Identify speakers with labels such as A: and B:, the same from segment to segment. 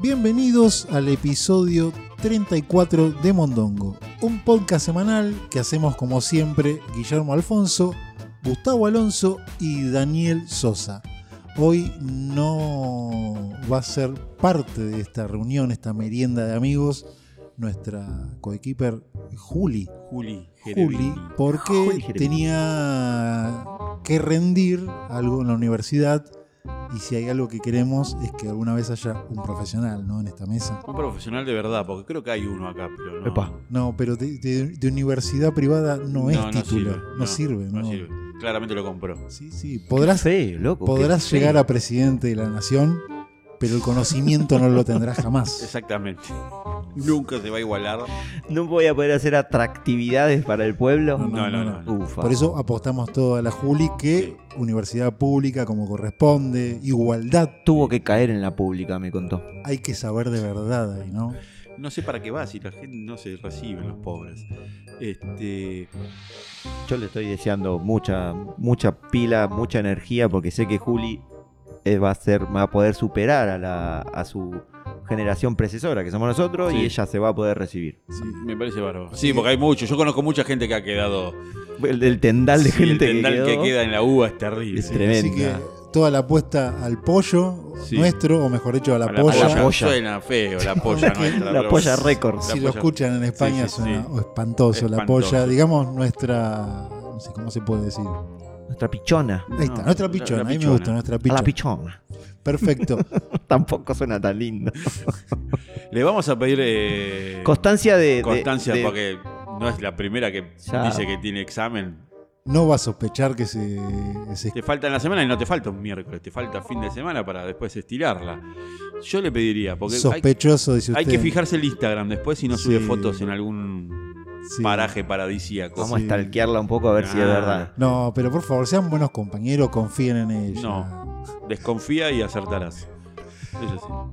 A: Bienvenidos al episodio 34 de Mondongo, un podcast semanal que hacemos como siempre Guillermo Alfonso, Gustavo Alonso y Daniel Sosa. Hoy no va a ser parte de esta reunión, esta merienda de amigos, nuestra coequiper Juli,
B: Juli.
A: Juli
B: Gerevini.
A: porque
C: Juli Jeremini.
A: tenía que rendir algo en la universidad y si hay algo que queremos es que alguna vez haya un profesional ¿no? en esta mesa.
B: Un profesional de verdad, porque creo que hay uno acá, pero no.
C: Epa.
A: No, pero de, de- de universidad privada no es título,
B: sirve,
A: no, sirve.
B: no
A: no.
B: sirve. Claramente lo compró.
A: Sí, sí, podrás,
C: Sí, loco.
A: podrás
C: qué
A: llegar
C: feo.
A: a presidente de la nación, pero el conocimiento no lo tendrás jamás.
B: Exactamente. Nunca se va a igualar.
C: No voy a poder hacer atractividades para el pueblo.
A: No, no, no,
B: no.
C: Ufa.
A: Por eso apostamos todo a la Juli que universidad pública como corresponde, igualdad,
C: Tuvo que caer en la pública, me contó.
A: hay que saber de verdad ahí, ¿no?
B: No sé para qué va si la gente no se recibe, los pobres. Este.
C: Yo le estoy deseando mucha, mucha pila, mucha energía, porque sé que Juli eh, va a ser, va a poder superar a la, a su generación precesora, que somos nosotros,
B: Sí.
C: y ella se va a poder recibir.
B: Me parece bárbaro. Sí, porque hay mucho. Yo conozco mucha gente que ha quedado.
C: El, el tendal de
B: Sí,
C: gente
B: el tendal
C: que, quedó.
B: queda en la uva es terrible.
C: Es tremendo.
A: Así que toda la apuesta al pollo
B: Sí.
A: nuestro, o mejor dicho, a la,
B: A la
A: polla.
B: polla.
C: A la polla.
B: Suena feo, la polla nuestra.
C: La
B: pero-
C: polla récords.
B: La
A: si lo
B: polla.
A: escuchan en España
B: Sí, sí,
A: suena
B: sí.
A: o espantoso, la
B: Espantoso.
A: polla. Digamos nuestra... No sé cómo se puede decir. Ahí
C: Nuestra pichona.
A: está,
B: No,
A: nuestra
B: la-
A: pichona.
B: la
A: A mí me
B: pichona.
A: gusta nuestra
C: A
A: pichona.
C: la pichona.
A: Perfecto.
C: Tampoco suena tan lindo.
B: Le vamos a pedir. eh,
C: Constancia de. de-
B: Constancia,
C: de-
B: porque no es la primera que
C: Ya.
B: dice que tiene examen.
A: No va a sospechar que se... se-
B: Te falta en la semana y no te falta un miércoles, te falta fin de semana para después estirarla. Yo le pediría, porque hay,
A: sospechoso, dice usted.
B: hay que fijarse el Instagram después si no sube
A: Sí.
B: fotos en algún
A: Sí.
B: paraje paradisíaco.
C: Vamos a
A: Sí.
C: stalkearla un poco a ver si es
B: Ah.
C: verdad.
A: No, pero por favor, sean buenos compañeros, confíen en ella.
B: No. Desconfía y acertarás. Eso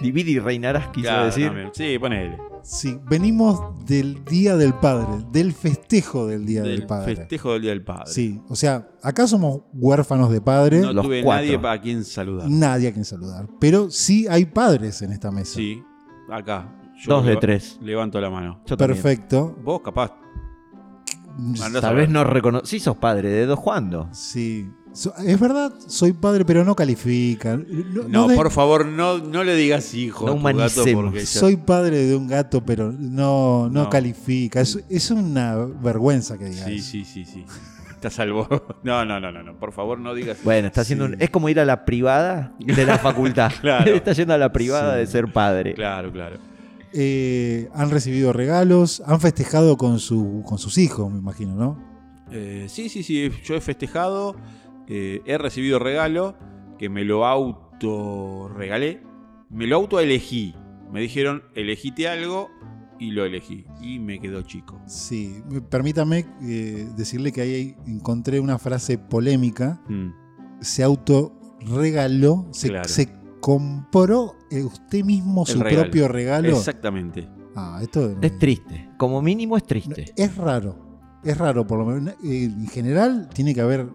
C: Divide y reinarás,
B: sí.
C: quiso
B: Claro,
C: decir.
B: también. Sí, ponele.
A: Sí, venimos del Día del Padre, del festejo del Día del,
B: Del
A: Padre.
B: festejo del Día del Padre.
A: Sí, o sea, acá somos huérfanos de padre,
B: No
C: Los
B: tuve
C: cuatro.
B: nadie para quien saludar.
A: nadie a quien saludar, pero sí hay padres en esta mesa.
B: Sí, acá. Yo
C: Dos de
B: leva-
C: tres.
B: Levanto la mano.
C: Yo también.
A: Perfecto.
B: Vos capaz. Andás a
C: Tal
B: ver.
C: vez no reconoces. Sí, sos padre de dos Juando.
A: Sí. So- es verdad, soy padre, pero no califica. No,
B: No,
A: no de-
B: por favor, no, no le digas hijo
C: No
B: a tu gato
C: humanicemos.
B: porque ya-
A: soy padre de un gato, pero no, no,
B: No.
A: califica. Es, es una vergüenza que digas.
B: Sí, sí, sí, sí. Estás al borde. No, no, no, no, no. Por favor, no digas.
C: Bueno, está haciendo
A: Sí.
C: un- es como ir a la privada de la facultad.
B: Claro.
C: está yendo a la privada
A: Sí.
C: de ser padre.
B: Claro, claro.
A: Eh, han recibido regalos, han festejado con, su, con sus hijos, me imagino, ¿no?
B: Eh, sí, sí, sí. Yo he festejado. eh, he recibido regalo que me lo auto regalé. Me lo auto elegí. Me dijeron, elegite algo y lo elegí. Y me quedó chico.
A: Sí. Permítame eh, decirle que ahí encontré una frase polémica.
B: Mm.
A: se autorregaló, se,
B: Claro.
A: se compró eh, usted mismo
B: El
A: su
B: regalo.
A: propio regalo.
B: Exactamente.
A: Ah, esto
C: Es triste. Como mínimo es triste.
A: es raro. Es raro, por lo menos. eh, En general, tiene que haber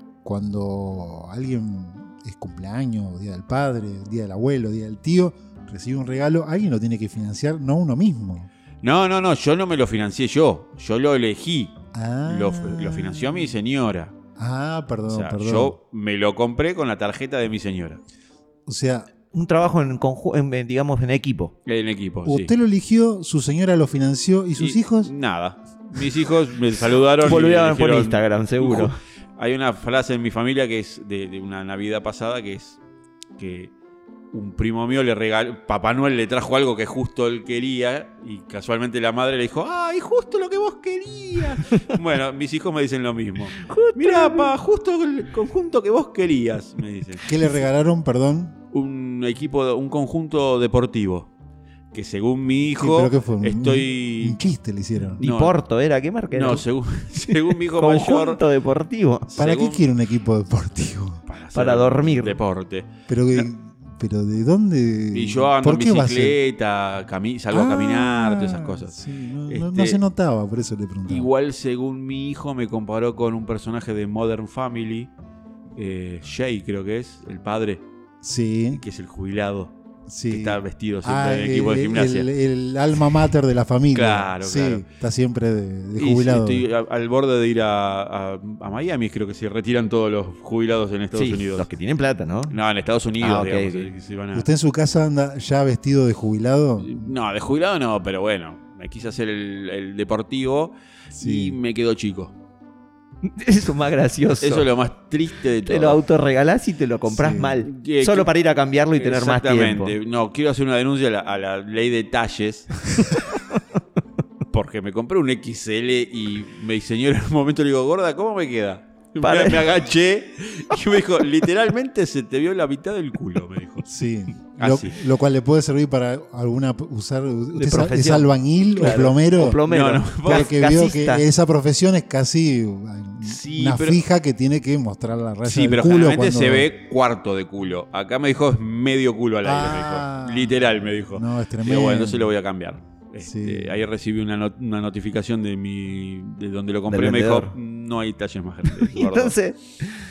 A: cuando alguien es cumpleaños, día del padre, día del abuelo, día del tío, recibe un regalo, alguien lo tiene que financiar, no uno mismo.
B: No, no, no. Yo no me lo financié yo. Yo lo elegí.
A: Ah,
B: Lo, lo financió mi señora.
A: Ah, perdón,
B: o sea,
A: perdón.
B: yo me lo compré con la tarjeta de mi señora.
A: o sea,
C: Un trabajo en, conju- en- en, digamos en equipo.
B: En equipo. sí.
A: usted lo eligió, su señora lo financió y sus
B: Y
A: hijos.
B: Nada. Mis hijos me saludaron. y
C: Volvían por
B: dijeron-
C: Instagram, seguro.
B: Hay una frase en mi familia que es de, de una Navidad pasada que es que un primo mío le regaló, Papá Noel le trajo algo que justo él quería y casualmente la madre le dijo, ¡ay, justo lo que vos querías! bueno, mis hijos me dicen lo mismo. Mirá, pa, justo el conjunto que vos querías, me dicen.
A: ¿Qué le regalaron, perdón?
B: un equipo, un conjunto deportivo. Que según mi
A: Sí,
B: hijo,
A: pero ¿qué fue? Un-
B: estoy.
A: Un chiste le hicieron.
C: Ni
B: no.
C: Porto era, ¿qué marca era?
B: No, según, según mi hijo mayor.
C: Conjunto deportivo.
A: ¿Para
B: según-
A: qué quiere un equipo deportivo?
B: Para, hacer
C: Para dormir.
B: Deporte.
A: Pero, que- pero ¿de dónde?
B: Y yo ando
A: ¿Por
B: en
A: qué va a ser?
B: bicicleta, cami- salgo a caminar, todas esas
A: Ah,
B: cosas.
A: sí, no, no- no
B: Este-
A: se notaba, por eso le preguntaba.
B: Igual, según mi hijo, me comparó con un personaje de Modern Family, eh, Jay, creo que es, el padre,
A: Sí.
B: que es el jubilado.
A: Sí.
B: que está vestido siempre
A: Ah,
B: en el equipo de
A: el-
B: gimnasia.
A: El, el alma mater de la familia.
B: Claro,
A: sí,
B: claro.
A: Está siempre de, de
B: Y
A: jubilado.
B: estoy a- al borde de ir a, a- a Miami, creo que se retiran todos los jubilados en Estados
C: Sí,
B: Unidos.
C: los que tienen plata, ¿no?
B: No, en Estados Unidos,
C: Ah, ok,
B: digamos,
C: ok.
B: que se van a-
A: ¿Usted en su casa anda ya vestido de jubilado?
B: No, de jubilado no, pero bueno, me quise hacer el, el deportivo y
A: Sí.
B: me quedó chico.
C: Eso es más gracioso.
B: Eso es lo más triste de todo.
C: Te lo autorregalás y te lo comprás
A: Sí.
C: mal.
B: Que-
C: Solo para ir a cambiarlo y tener más tiempo.
B: Exactamente. No, quiero hacer una denuncia a la, a la ley de talles. porque me compré un XL y me diseñó en un momento, le digo, gorda, ¿cómo me queda? Me,
C: Para-
B: me agaché y me dijo, literalmente se te vio la mitad del culo, me dijo.
A: Sí.
B: Ah,
A: Lo,
B: sí.
A: lo cual le puede servir para alguna p- usar. ¿Usted es- es
C: profesión.
A: albañil
C: Claro.
A: o plomero?
C: O plomero.
B: No, no,
C: Gas-
A: Porque veo que
C: gasista.
A: esa profesión es casi
B: Sí,
A: una
B: pero-
A: fija que tiene que mostrar la raya
B: Sí,
A: del
B: pero
A: culo
B: generalmente
A: cuando-
B: se ve cuarto de culo. Acá me dijo es medio culo al aire,
A: Ah.
B: me dijo. Literal, me dijo.
A: No, es tremendo.
B: Digo, bueno, entonces lo voy a cambiar. Este,
A: Sí.
B: Ahí recibí una, not- una notificación de mi de donde lo compré. Me dijo,
C: vendedor.
B: no hay talles más grandes.
C: Y
B: gordo".
C: entonces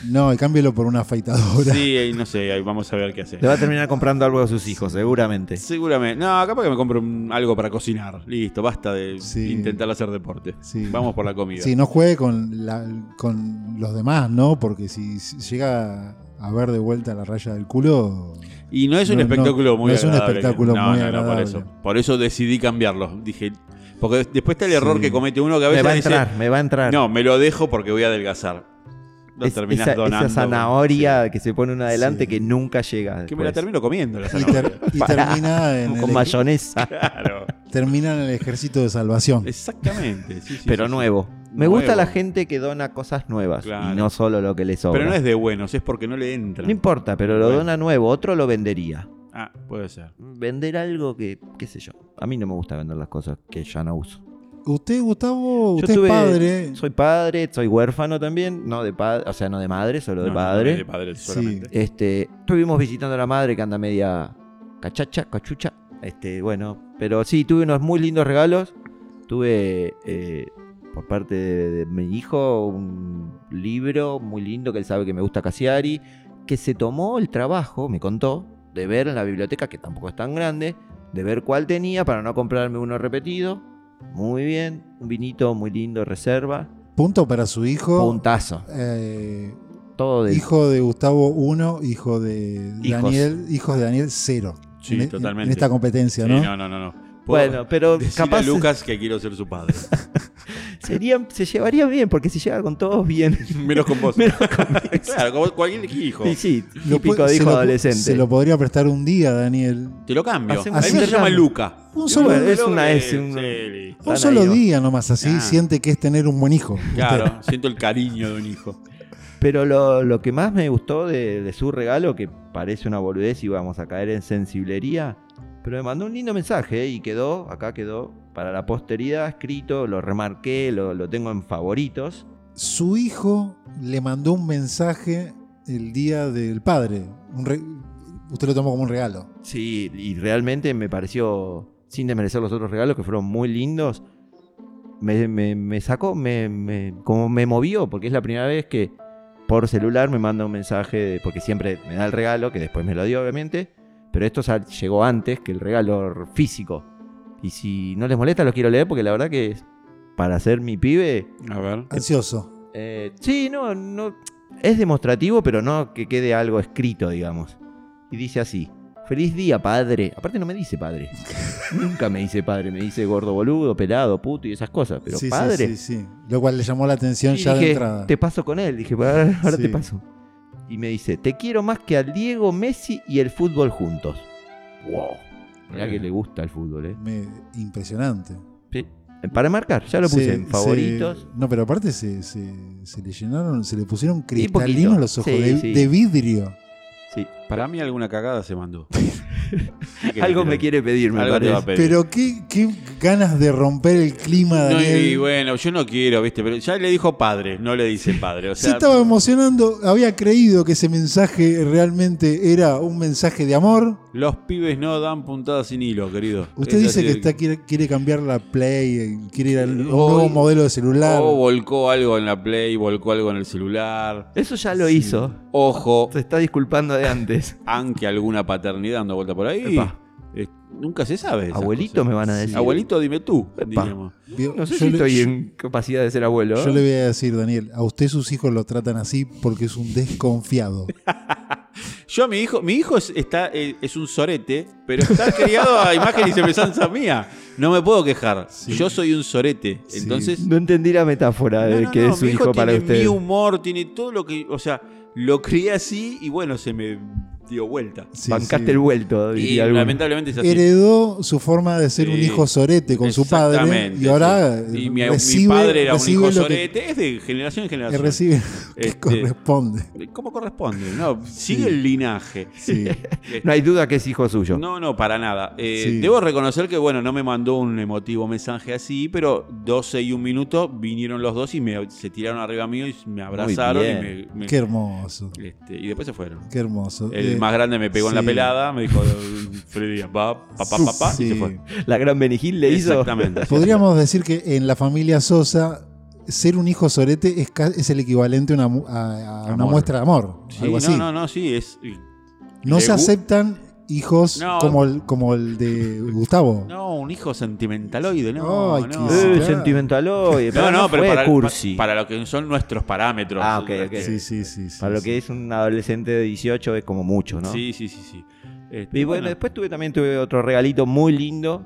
A: No, y cámbielo por una afeitadora.
B: Sí, ahí no sé, ahí vamos a ver qué hace.
C: le va a terminar comprando algo a sus hijos, seguramente.
B: Seguramente. No, capaz que me compro un- algo para cocinar. Listo, basta de
A: Sí.
B: intentar hacer deporte.
A: Sí.
B: Vamos por la comida.
A: Sí, no juegue con, la- con los demás, ¿no? Porque si si llega a ver de vuelta la raya del culo.
B: Y no es un
A: No, no,
B: espectáculo muy
A: no es un
B: agradable.
A: espectáculo
B: no,
A: muy
B: no, no, por
A: agradable.
B: eso. Por eso decidí cambiarlo. Dije, porque después está el error
A: Sí.
B: que comete uno que a
C: Me
B: veces
C: va a
B: dice,
C: entrar, me va a entrar.
B: no, me lo dejo porque voy a adelgazar. Lo
C: Es-
B: terminás
C: esa, esa
B: donando.
C: zanahoria que se pone una adelante
A: Sí.
C: que nunca llega.
B: Sí. Que me la
C: después.
B: termino comiendo la
A: Y,
B: zanahoria.
A: ter- y
C: Pará.
A: termina, en
C: Con
A: el,
C: mayonesa,
B: Claro.
A: termina en el ejército de salvación.
B: Exactamente. sí, sí,
C: pero
B: sí, sí.
C: nuevo. Me gusta
B: Nuevo.
C: la gente que dona cosas nuevas
B: Claro.
C: y no solo lo que le sobra.
B: Pero no es de buenos, es porque no le entra.
C: No importa, pero lo
B: Bueno.
C: dona nuevo, otro lo vendería.
B: Ah, puede ser.
C: Vender algo que, qué sé yo. A mí no me gusta vender las cosas que ya no uso.
A: Usted, Gustavo,
C: Yo
A: usted
C: tuve-
A: es padre.
C: Soy padre, soy huérfano también, no de padre, o sea, no de madre, solo de
B: No, no,
C: padre.
B: no, de padre solamente.
C: Este, estuvimos visitando a la madre que anda media cachacha, cachucha. Este, bueno, pero sí, tuve unos muy lindos regalos. Tuve eh, por parte de, de mi hijo un libro muy lindo que él sabe que me gusta Cassiari, que se tomó el trabajo, me contó, de ver en la biblioteca, que tampoco es tan grande, de ver cuál tenía para no comprarme uno repetido. Muy bien, un vinito muy lindo, reserva.
A: Punto para su
B: Oh.
A: hijo.
C: Puntazo.
A: Eh,
C: Todo de
A: hijo de Gustavo 1, hijo de
C: Hijos.
A: Daniel, hijos de Daniel 0.
B: Sí,
A: en, en-
B: totalmente.
A: En esta competencia,
B: Sí,
A: ¿no?
B: no, no, no, no. Puedo
C: Bueno, pero
B: decirle
C: capaz
B: a Lucas que quiero ser su padre.
C: Serían- se llevaría bien porque se lleva con todos bien.
B: Menos con vos.
C: Menos conmigo.
B: claro, como cualquier hijo.
C: Y sí,
A: Lo pu-
C: típico de
A: se
C: hijo
A: lo-
C: adolescente.
A: Se lo podría prestar un día, Daniel.
B: Te lo cambio. A mí
C: Hacemos
A: un
B: se llama
C: intercambio.
B: Luca.
A: Un solo-
B: Yo me
C: es una
B: logré,
C: S, un-
B: sí, listo.
A: Un
C: Están
A: solo
C: ahí, ¿no?
A: día nomás, así
B: Ah.
A: siente que es tener un buen hijo.
B: Claro, siento el cariño de un hijo.
C: Pero lo, lo que más me gustó de, de su regalo, que parece una boludez y vamos a caer en sensiblería, pero me mandó un lindo mensaje ¿eh? y quedó, acá quedó para la posteridad escrito, lo remarqué, lo, lo tengo en favoritos.
A: Su hijo le mandó un mensaje el día del padre. Un re- Usted lo tomó como un regalo.
C: Sí, y realmente me pareció, sin desmerecer los otros regalos que fueron muy lindos, me, me- me sacó, me, me- como me movió, porque es la primera vez que por celular me manda un mensaje, de- porque siempre me da el regalo, que después me lo dio obviamente, pero esto sal- llegó antes que el regalo físico. Y si no les molesta, los quiero leer, porque la verdad que es para ser mi pibe,
B: A ver.
A: Ansioso.
C: eh, sí, no, no. Es demostrativo, pero no que quede algo escrito, digamos. Y dice así: Feliz día, padre. Aparte, no me dice padre. Nunca me dice padre. Me dice gordo boludo, pelado, puto y esas cosas. Pero
A: Sí, sí,
C: padre.
A: sí, sí. Lo cual le llamó la atención
C: Y
A: ya
C: dije,
A: de entrada.
C: Te paso con él. Dije: Ahora, ahora
A: Sí.
C: te paso. Y me dice: Te quiero más que al Diego, Messi y el fútbol juntos. Wow.
A: Eh.
C: Mirá que le gusta el fútbol, ¿eh?
A: Me- Impresionante.
C: Sí. Para marcar, ya lo puse
A: Se-
C: en favoritos.
A: se- no, pero aparte se, se, se le llenaron, se le pusieron
C: poquito.
A: cristalinos los ojos
C: Sí,
A: de,
C: sí.
A: de vidrio.
C: Sí.
B: Para mí alguna cagada se mandó.
C: Algo me quiere pedir, me
B: Algo te
C: parece.
B: va a pedir.
A: Pero qué, qué ganas de romper el clima,
B: No, y,
A: Daniel.
B: y bueno, yo no quiero, ¿viste? Pero ya le dijo padre, no le dice padre. O
A: Se
B: sea,
A: estaba emocionando, había creído que ese mensaje realmente era un mensaje de amor.
B: los pibes no dan puntadas sin hilo, querido.
A: Usted
B: Es
A: dice
B: así
A: que
B: de-
A: está, quiere, quiere cambiar la Play, quiere ir al un
B: O-
A: nuevo modelo de celular.
B: O volcó algo en la Play, volcó algo en el celular.
C: Eso ya lo hizo.
B: Ojo,
C: Se está disculpando de antes.
B: aunque alguna paternidad dando vuelta por ahí.
C: Epa.
B: eh, nunca se sabe. esas
C: Abuelito
B: cosas.
C: me van a decir.
B: Abuelito, dime tú.
C: Epa.
B: diríamos.
A: Vio,
C: No sé
A: yo
C: si
A: le-
C: estoy en capacidad de ser abuelo.
A: Yo le voy a decir, Daniel, a usted sus hijos lo tratan así porque es un desconfiado.
B: Yo, mi hijo, mi hijo es, está, eh, es un sorete, pero está criado a imagen y semejanza mía. No me puedo quejar.
A: Sí.
B: Yo soy un sorete.
A: Sí.
B: Entonces,
C: No entendí la metáfora
B: No,
C: de
B: no,
C: que
B: no,
C: es su
B: mi
C: hijo, para
B: tiene
C: usted.
B: Mi humor, tiene todo lo que. O sea, lo crié así y bueno, se me dio vuelta.
A: Sí,
C: Bancaste
A: sí.
C: el vuelto,
B: Y
C: diría alguno.
B: lamentablemente es así.
A: Heredó su forma de ser un
B: Sí.
A: hijo sorete con su padre.
B: Eh, Exactamente,
A: Y ahora
B: sí. Y mi, mi
A: recibe,
B: padre era un
A: recibe
B: hijo
A: lo que-
B: sorete. Es de generación en
A: que
B: generación.
A: recibe lo que
B: Este,
A: corresponde.
B: ¿Cómo corresponde? No,
A: Sí.
B: sigue el linaje.
A: Sí.
C: No hay duda que es hijo suyo.
B: No, no, para nada. Eh,
A: Sí.
B: Debo reconocer que, bueno, no me mandó un emotivo mensaje así, pero 12 y un minuto vinieron los dos y me, se tiraron arriba mío y me abrazaron y me,
C: bien.
B: me-
A: Qué hermoso.
B: este, y después se fueron.
A: Qué hermoso.
B: El
A: Eh,
B: más grande me pegó en la
A: sí.
B: pelada, me dijo Freddy, papá, papá, papá, y se
A: sí.
B: fue.
C: La gran Benigil le hizo.
B: Exactamente.
A: Podríamos decir que en la familia Sosa, ser un hijo sorete es, ca- es el equivalente a una, mu- a- a una
B: Amor.
A: muestra de amor.
B: Sí,
A: algo así.
B: no,
A: No,
B: no, no, sí, es.
A: se
B: Le gu-
A: aceptan hijos
B: No.
A: como, el, como el de Gustavo.
B: No, un hijo sentimentaloide, no.
A: Ay,
B: no.
A: qué
C: Eh,
A: Claro.
C: Sentimental hoy.
B: No, no, pero
C: fue
B: para,
C: cursi.
B: para lo que son nuestros parámetros. Este,
C: Ah, ok, ok.
A: Sí, sí, sí. sí,
C: Para lo
A: sí.
C: que es un adolescente de 18 es como mucho, ¿no?
B: Sí, sí, sí, sí. Este,
C: Y bueno, después tuve también tuve otro regalito muy lindo.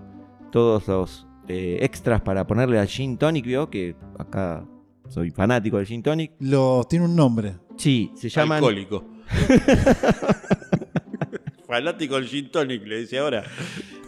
C: Todos los eh, extras para ponerle al Gin Tonic, vio, que acá soy fanático del Gin Tonic.
A: Los tiene un nombre.
C: Sí, se llaman.
B: Alcohólico. Fanático del gin tonic, le dice ahora.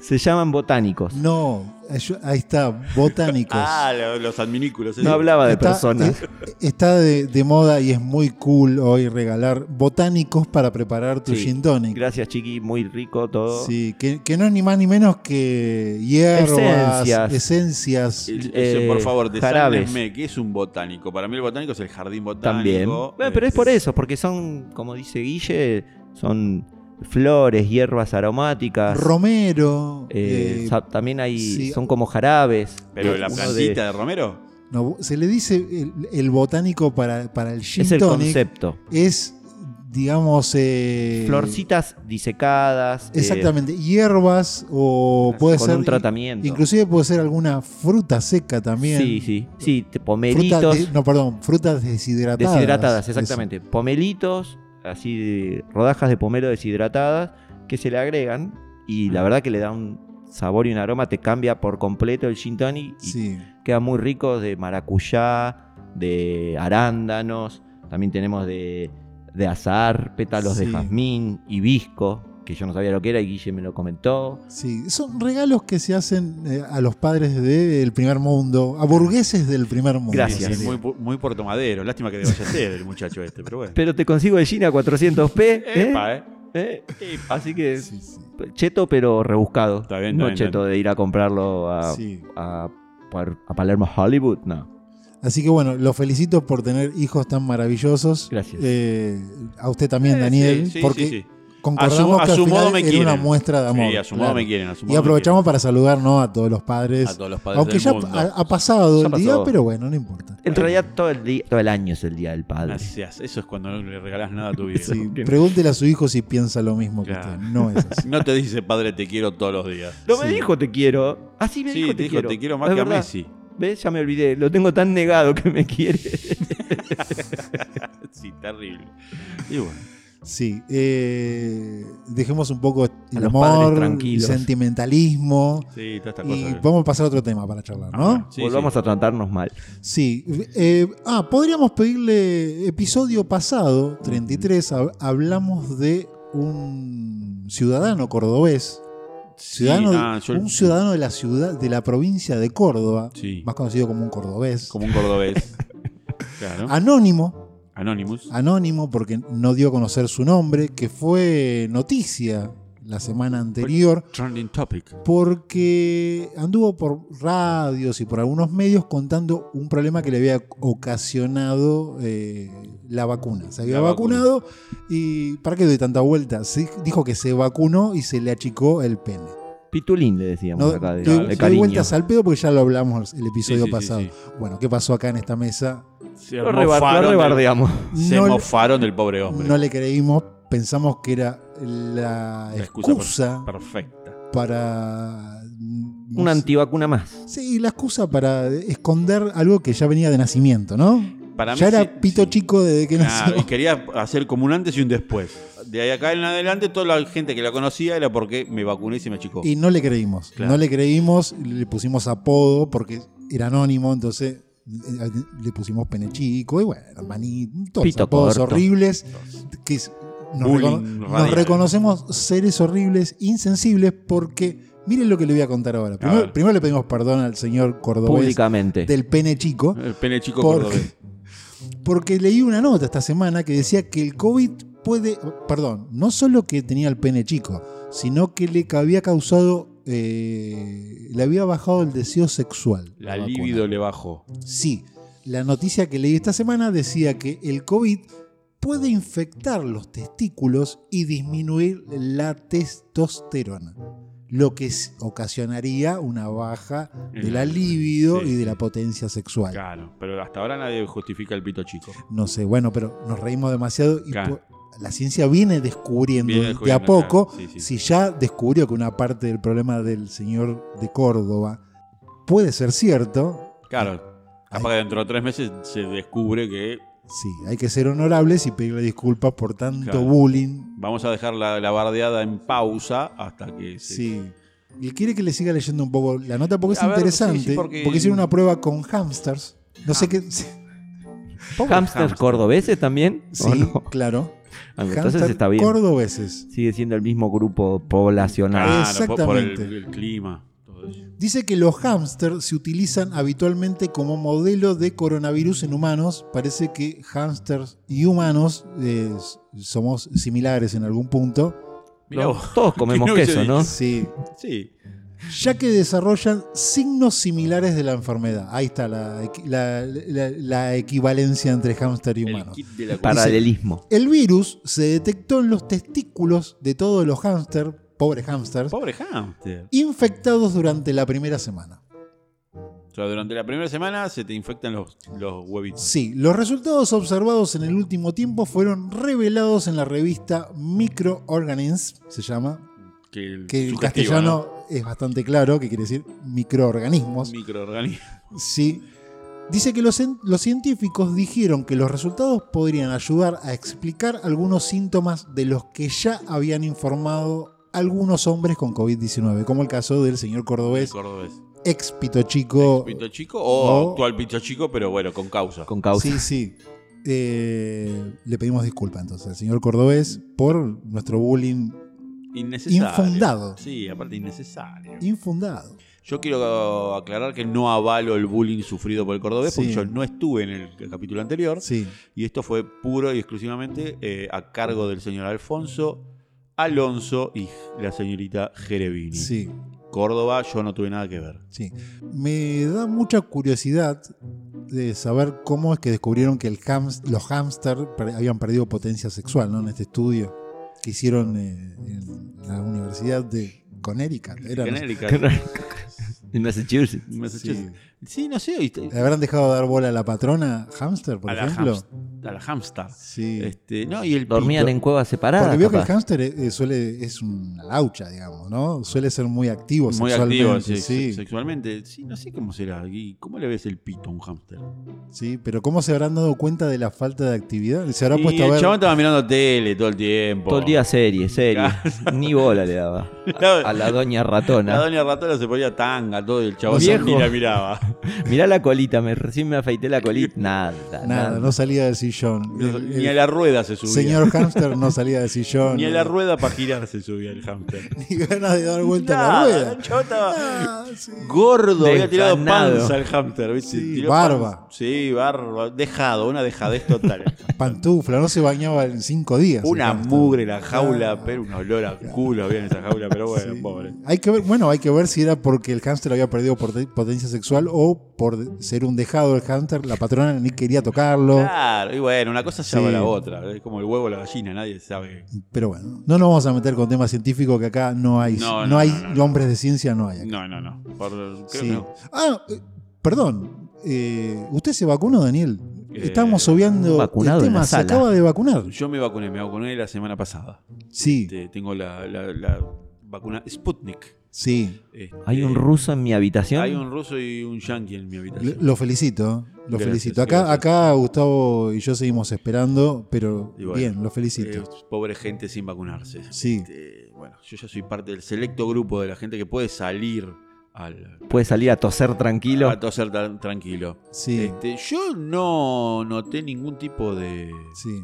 C: Se llaman botánicos.
A: No, yo- ahí está, botánicos.
B: Ah, lo- los adminículos.
C: No hablaba de
A: Está-
C: personas.
A: eh, está de, de moda y es muy cool hoy regalar botánicos para preparar tu
C: Sí,
A: gin tonic.
C: Gracias, Chiqui, muy rico todo.
A: Sí, que, que no es ni más ni menos que hierbas,
C: Esencias.
A: esencias.
B: Ese,
C: eh,
B: por favor,
C: jarabes.
B: desándenme, ¿qué es un botánico? Para mí el botánico es el jardín botánico. Eh,
C: También. Bueno, pero es por eso, porque son, como dice Guille, son flores, hierbas aromáticas.
A: Romero.
C: Eh,
A: eh,
C: sa- también hay,
A: sí.
C: son como jarabes.
B: Pero
C: Eh,
B: la
C: uno
B: plantita de, Romero.
A: no, se le dice el, el botánico para, para el
C: de-
A: gin
C: es el
A: tonic
C: concepto.
A: Es, digamos. eh,
C: Florcitas disecadas. eh,
A: Exactamente. Hierbas o puede
C: con
A: ser.
C: un tratamiento.
A: Inclusive puede ser alguna fruta seca también.
C: Sí, sí. Sí, te-
A: Frutas
C: pomelitos.
A: de- no, perdón, frutas deshidratadas.
C: deshidratadas, exactamente. Pomelitos, así de- rodajas de pomelo deshidratadas que se le agregan y la verdad que le da un sabor y un aroma, te cambia por completo el gin tonic y
A: Eso. Sí.
C: queda muy rico de maracuyá, de arándanos, también tenemos de, de azahar, pétalos de
A: Sí.
C: jazmín, hibisco, que yo no sabía lo que era y Guille me lo comentó.
A: Sí, son regalos que se hacen eh, a los padres del primer mundo, a burgueses del primer mundo.
C: Gracias.
B: Sí, sí,
A: Sí.
B: muy, pu- muy portomadero. Lástima que deba ser el muchacho este, pero bueno.
C: Pero te consigo el gin a 400p, ¿eh?
B: Epa, eh.
C: ¿Eh? Así que
A: Sí, sí,
C: cheto pero rebuscado.
B: Está bien, está
C: no
B: bien,
C: cheto de ir a comprarlo a,
A: sí.
C: a, par- a Palermo Hollywood, no.
A: Así que bueno, los felicito por tener hijos tan maravillosos.
C: Gracias.
A: Eh, a usted también,
B: Eh,
A: Daniel,
B: sí, sí,
A: porque
B: sí, sí.
A: concordamos
B: A su- a
A: que al
B: su
A: final
B: modo me
A: era
B: quieren.
A: una muestra de amor.
B: Sí, a su
A: claro.
B: modo me quieren. A su
A: Y
B: modo me
A: aprovechamos para saludar ¿no? a todos los padres.
B: quieren. a todos los padres
A: Aunque
B: del
A: ya
B: mundo.
A: ha, ha pasado
C: Ya
A: el día,
C: pasó.
A: pero bueno, no importa.
C: En realidad todo el, día, todo el año es el Día del Padre.
B: Gracias. Eso es cuando no le regalás nada a tu vida.
A: Sí,
C: bien.
A: pregúntele a su hijo si piensa lo mismo que
B: Claro.
A: usted. No es así.
B: No te dice padre, te quiero todos los días.
C: No me
A: Sí.
C: dijo te quiero. Ah, sí, me
B: Sí,
C: dijo
B: te,
C: te,
B: dijo,
C: quiero.
B: te quiero más
C: Es
B: que a
C: verdad.
B: Messi.
C: ¿Ves? Ya me olvidé. Lo tengo tan negado que me quiere.
B: Sí, terrible. Y bueno.
A: Sí, eh, dejemos un poco el
C: los padres
A: amor, el
C: tranquilos.
A: sentimentalismo.
B: Sí, toda esta cosa. Ah,
A: Y vamos a pasar a otro tema para charlar, ¿no?
B: Sí,
C: Volvamos
B: sí.
C: a tratarnos mal.
A: Sí. eh, ah, podríamos pedirle episodio pasado, 33, hab- hablamos de un ciudadano cordobés. Ciudadano,
B: Sí, ah, yo-
A: un ciudadano de la ciudad, de la provincia de Córdoba,
B: Sí.
A: más conocido como un cordobés.
B: Como un cordobés. claro.
A: Ah. Anónimo, Ah.
B: Anonymous.
A: anónimo porque no dio a conocer su nombre, que fue noticia la semana anterior,
B: Trending topic.
A: porque anduvo por radios y por algunos medios contando un problema que le había ocasionado eh, la vacuna. Se había
B: La vacuna.
A: vacunado y ¿para qué doy tanta vuelta? Se dijo que se vacunó y se le achicó el pene.
C: Pitulín le decíamos
A: No,
C: acá, de,
A: doy,
C: de
A: doy
C: cariño.
A: vueltas al pedo porque ya lo hablamos el episodio
B: Sí, sí, sí,
A: pasado.
B: sí.
A: Bueno, ¿qué pasó acá en esta mesa?
B: Se
C: Lo, rebar- lo
B: mofaron del-
C: rebardeamos.
B: se
A: No le-
B: mofaron del pobre hombre.
A: No le creímos, pensamos que era la,
B: La
A: excusa,
B: excusa Perfecta.
A: para... no
C: Una
A: sé,
C: antivacuna más.
A: Sí, la excusa para esconder algo que ya venía de nacimiento, ¿no?
B: Para mí
A: ya era
B: sí-
A: pito
B: sí.
A: chico desde que
B: Claro,
A: nació.
B: y quería hacer como un antes y un después. De ahí acá en adelante, toda la gente que la conocía era porque me vacuné y se me achicó.
A: Y no le creímos.
B: Claro.
A: No le creímos, le pusimos apodo porque era anónimo, entonces eh, le pusimos pene chico y bueno, maní, todos
C: Pito
A: apodos
C: corto.
A: horribles. Que es- nos,
B: Bullying
A: recono- nos
B: radial.
A: reconocemos seres horribles, insensibles, porque miren lo que le voy a contar ahora. Primero,
B: ver.
A: primero le pedimos perdón al señor cordobés
C: Públicamente.
A: del pene chico.
B: El pene chico
A: Porque,
B: cordobés.
A: porque leí una nota esta semana que decía que el COVID puede, perdón, no solo que tenía el pene chico, sino que le había causado, eh, le había bajado el deseo sexual.
B: La
A: vacuna.
B: libido le bajó.
A: Sí, la noticia que leí esta semana decía que el COVID puede infectar los testículos y disminuir la testosterona, lo que s- ocasionaría una baja de la libido
B: Sí.
A: y de la potencia sexual.
B: Claro, pero hasta ahora nadie justifica el pito chico.
A: No sé, bueno, pero nos reímos demasiado y
B: Claro.
A: po- la ciencia viene descubriendo
B: Viene
A: de a
B: descubriendo,
A: poco.
B: claro, sí, sí,
A: Si ya descubrió que una parte del problema del señor de Córdoba puede ser cierto,
B: Claro, capaz que dentro de tres meses se descubre que
A: sí, hay que ser honorables y pedirle disculpas por tanto
B: Claro.
A: bullying.
B: vamos a dejar la, la bardeada en pausa hasta que se-
A: Sí. Y quiere que le siga leyendo un poco la nota porque
B: A
A: es
B: ver,
A: interesante.
B: sí, sí, porque-
A: porque... hicieron una prueba con hamsters. No sé qué. Sí,
C: ¿Hamsters
B: hamster.
C: cordobeses también? ¿O Oh, no?
A: claro.
C: Ah, Entonces
A: Hamsters
C: está bien.
A: cordobeses.
C: Sigue siendo el mismo grupo poblacional.
B: Claro, por, por el,
A: Exactamente.
B: el clima. todo eso.
A: Dice que los hámsters se utilizan habitualmente como modelo de coronavirus en humanos. Parece que hámsters y humanos eh, somos similares en algún punto.
B: Mirá
C: No,
B: vos.
C: Todos comemos
B: ¿Qué hubiese
C: queso, ¿no?
A: Sí.
B: Sí,
A: Ya que desarrollan signos similares de la enfermedad. Ahí está la, equi- la- la- la equivalencia entre hámster y
B: el
A: humano.
B: kit de la
C: Paralelismo.
A: El virus se detectó en los testículos de todos los hámsters, pobres hámsters,
B: Pobre hamster.
A: infectados durante la primera semana.
B: O sea, durante la primera semana se te infectan los, los huevitos.
A: Sí, los resultados observados en el último tiempo fueron revelados en la revista Microorganisms, se llama,
B: Que el,
A: que en
B: sugestivo,
A: castellano es bastante claro, que quiere decir
B: ¿no?
A: microorganismos.
B: Microorganismo.
A: Sí. Dice que los, en- los científicos dijeron que los resultados podrían ayudar a explicar algunos síntomas de los que ya habían informado algunos hombres con COVID-19, como el caso del señor cordobés,
B: Cordobés.
A: ex pito chico.
B: Pito chico o
A: pues, o-
B: actual pito chico, pero bueno, con causa.
C: Con causa.
A: Sí, sí. Eh, le pedimos disculpas entonces al señor Cordobés por nuestro bullying
B: Innecesario.
A: Infundado.
B: Sí, aparte innecesario.
A: infundado.
B: Yo quiero aclarar que no avalo el bullying sufrido por el cordobés,
A: Sí.
B: porque yo no estuve en el capítulo anterior.
A: Sí,
B: Y esto fue puro y exclusivamente eh, a cargo del señor Alfonso, Alonso y la señorita Jerevini.
A: sí,
B: Córdoba, yo no tuve nada que ver.
A: sí. Me da mucha curiosidad de saber cómo es que descubrieron que el hams- los hámster per- habían perdido potencia sexual ¿no? en este estudio que hicieron eh, en la Universidad de Connecticut. Era, no sé.
B: Connecticut.
C: En Massachusetts.
B: Massachusetts. Sí, no sé. ¿viste?
A: ¿Le habrán dejado dar bola a la patrona hámster, por
B: a, la
A: ejemplo?
B: hamst- a la hamster.
A: Sí.
B: Este, no, y el
C: Dormían
B: pito.
C: en cuevas separadas.
A: Porque veo que el
C: capaz.
A: hámster eh, suele, es una laucha, digamos, ¿no? Suele ser muy activo
B: muy
A: sexualmente.
B: activo sí,
A: sí,
B: se- sexualmente. Sí, no sé cómo será. ¿Y ¿Cómo le ves el pito a un hámster?
A: sí, pero ¿cómo se habrán dado cuenta de la falta de actividad? Se habrá
B: Y
A: puesto a
B: el
A: ver.
B: chabón estaba mirando tele todo el tiempo.
C: Todo el día serie, serie. Ni bola le daba. A, a la doña
B: La
C: ratona.
B: doña ratona se ponía tanga manga todo y el chabón
C: Viejo.
B: ni la miraba.
C: Mirá la colita, me, recién me afeité la colita. Nada, nada.
A: Nada, no salía del sillón. El-
B: ni a
A: el
B: la rueda se subía.
A: señor hamster no salía del sillón.
B: Ni a la rueda para girar se subía el hámster.
A: Ni ganas de dar vuelta a la
B: Nada,
A: rueda.
B: el chabón estaba
A: Ah, sí.
B: Gordo, había tirado
C: Desganado.
B: panza al hámster. ¿viste?
A: Sí,
B: Tiró
A: barba.
B: panza. Sí, barba. Dejado, una dejadez total.
A: Pantufla, no se bañaba en cinco días.
B: una
A: el hamster.
B: mugre, la jaula,
A: Ah,
B: pero un olor a culo había en esa jaula, pero bueno,
A: sí.
B: pobre.
A: Hay que ver, bueno, hay que ver si era porque el hámster había perdido porte- potencia sexual o por ser un dejado el hámster, la patrona ni quería tocarlo.
B: Claro, y bueno, una cosa se
A: Sí.
B: llama la otra. Es como el huevo o la gallina, nadie sabe.
A: Pero bueno, no nos vamos a meter con temas científicos que acá no hay.
B: No,
A: No,
B: no,
A: hay
B: no, no, no.
A: hombres de ciencia, no hay acá.
B: No, no, no. Por- creo
A: Sí.
B: que no.
A: Ah, eh, perdón. Eh, ¿Usted se vacunó, Daniel?
B: Eh,
A: Estábamos obviando
C: vacunado
A: el
C: en
A: tema.
C: la
A: Se
C: sala.
A: acaba de vacunar.
B: Yo me vacuné, me vacuné la semana pasada.
A: Sí,
B: Este, tengo la, la- la vacuna Sputnik.
A: sí.
B: Este,
C: Hay un ruso en mi habitación.
B: Hay un ruso y un yankee en mi
A: L-
B: habitación.
A: Lo felicito. Lo
B: Gracias,
A: felicito. Acá,
B: gracias.
A: acá Gustavo y yo seguimos esperando, pero
B: Y bueno,
A: bien, lo felicito.
B: Eh, pobre gente sin vacunarse.
A: sí.
B: Este, bueno, yo ya soy parte del selecto grupo de la gente que puede salir al
C: Puede salir a toser tranquilo.
B: a toser tan- tranquilo.
A: Sí,
B: Este, yo no noté ningún tipo de
A: sí.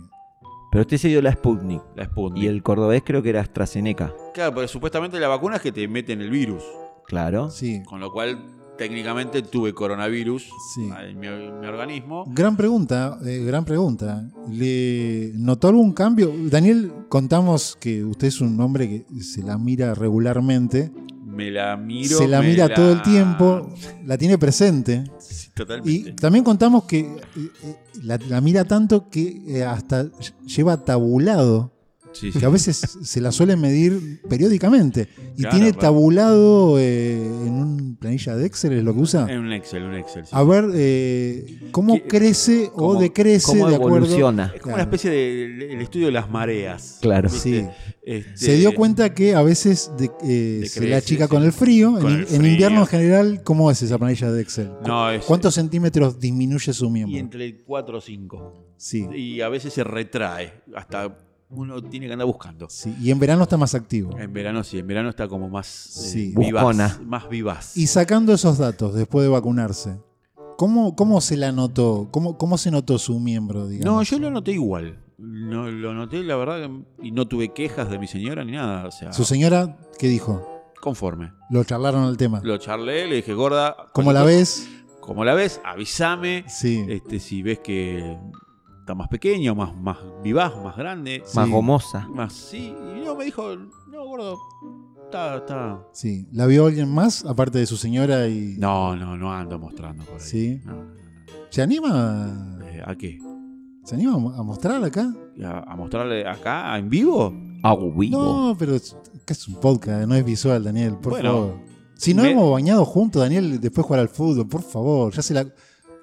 C: Pero usted se dio la Sputnik.
B: la Sputnik.
C: Y el cordobés creo que era AstraZeneca.
B: Claro, pero supuestamente la vacuna es que te meten el virus,
C: Claro.
A: Sí.
B: con lo cual técnicamente tuve coronavirus
A: Sí.
B: en mi, mi organismo.
A: Gran pregunta, eh, gran pregunta. ¿Le notó algún cambio? Daniel, contamos que usted es un hombre que se la mira regularmente,
B: Me la miro.
A: Mm. se la
B: me
A: mira todo el tiempo, la tiene presente.
B: Sí,
A: Y
B: Totalmente.
A: también contamos que eh, eh, la, la mira tanto que eh, hasta ll- lleva tabulado,
B: Sí, sí.
A: que a veces se la suele medir periódicamente. Y
B: Claro,
A: tiene
B: claro.
A: tabulado eh, en una planilla de Excel, es lo que usa.
B: En un Excel, un Excel. sí.
A: A ver eh, cómo
B: Eh, ¿Qué-
A: crece o
B: cómo-
A: decrece
C: ¿Cómo
A: de acuerdo.
C: evoluciona?
B: Es como una especie del el estudio de las mareas.
C: Claro.
A: Sí.
B: Este,
A: Se dio cuenta que a veces de- eh,
B: Decrece,
A: se la chica
B: sí.
A: con el frío.
B: Con
A: en,
B: el
A: en invierno
B: frío.
A: en general, ¿cómo es esa planilla de Excel?
B: No, es-
A: ¿Cuántos centímetros disminuye su
B: Y
A: miembro?
B: entre el 4 o 5.
A: Sí,
B: Y a veces se retrae. Hasta uno tiene que andar buscando.
A: sí. Y en verano está más activo.
B: En verano sí, en verano está como más eh,
A: Sí.
B: vivaz.
C: Buscona.
B: Más vivaz.
A: Y sacando esos datos después de vacunarse, ¿cómo, cómo se la notó? ¿Cómo, ¿Cómo se notó su miembro?
B: no,
A: Digamos?
B: yo lo noté igual. No, lo noté, la verdad, y no tuve quejas de mi señora ni nada. O sea,
A: ¿Su señora qué dijo?
B: conforme.
A: Lo charlaron al tema.
B: Lo charlé, le dije, gorda.
A: ¿Cómo la ves?
B: Como la ves, avísame.
A: Sí.
B: Este, si ves que está más pequeño, más, más vivaz, más grande.
C: Más
A: Sí.
C: gomosa.
B: Más sí. Y no, me dijo, no, gordo. Está, está.
A: Sí. ¿La vio alguien más aparte de su señora y
B: No, no, no ando mostrando por ahí.
A: Sí.
B: No, no, no.
A: se anima?
B: Eh, ¿A qué?
A: ¿Se anima a mo- a mostrar acá?
B: ¿A, a mostrarle acá, en vivo?
C: A vivo.
A: No, pero es- acá es un podcast, no es visual, Daniel, por
B: Bueno,
A: favor. Si no
B: me-
A: hemos bañado juntos, Daniel, después jugar al fútbol, por favor. Ya se la...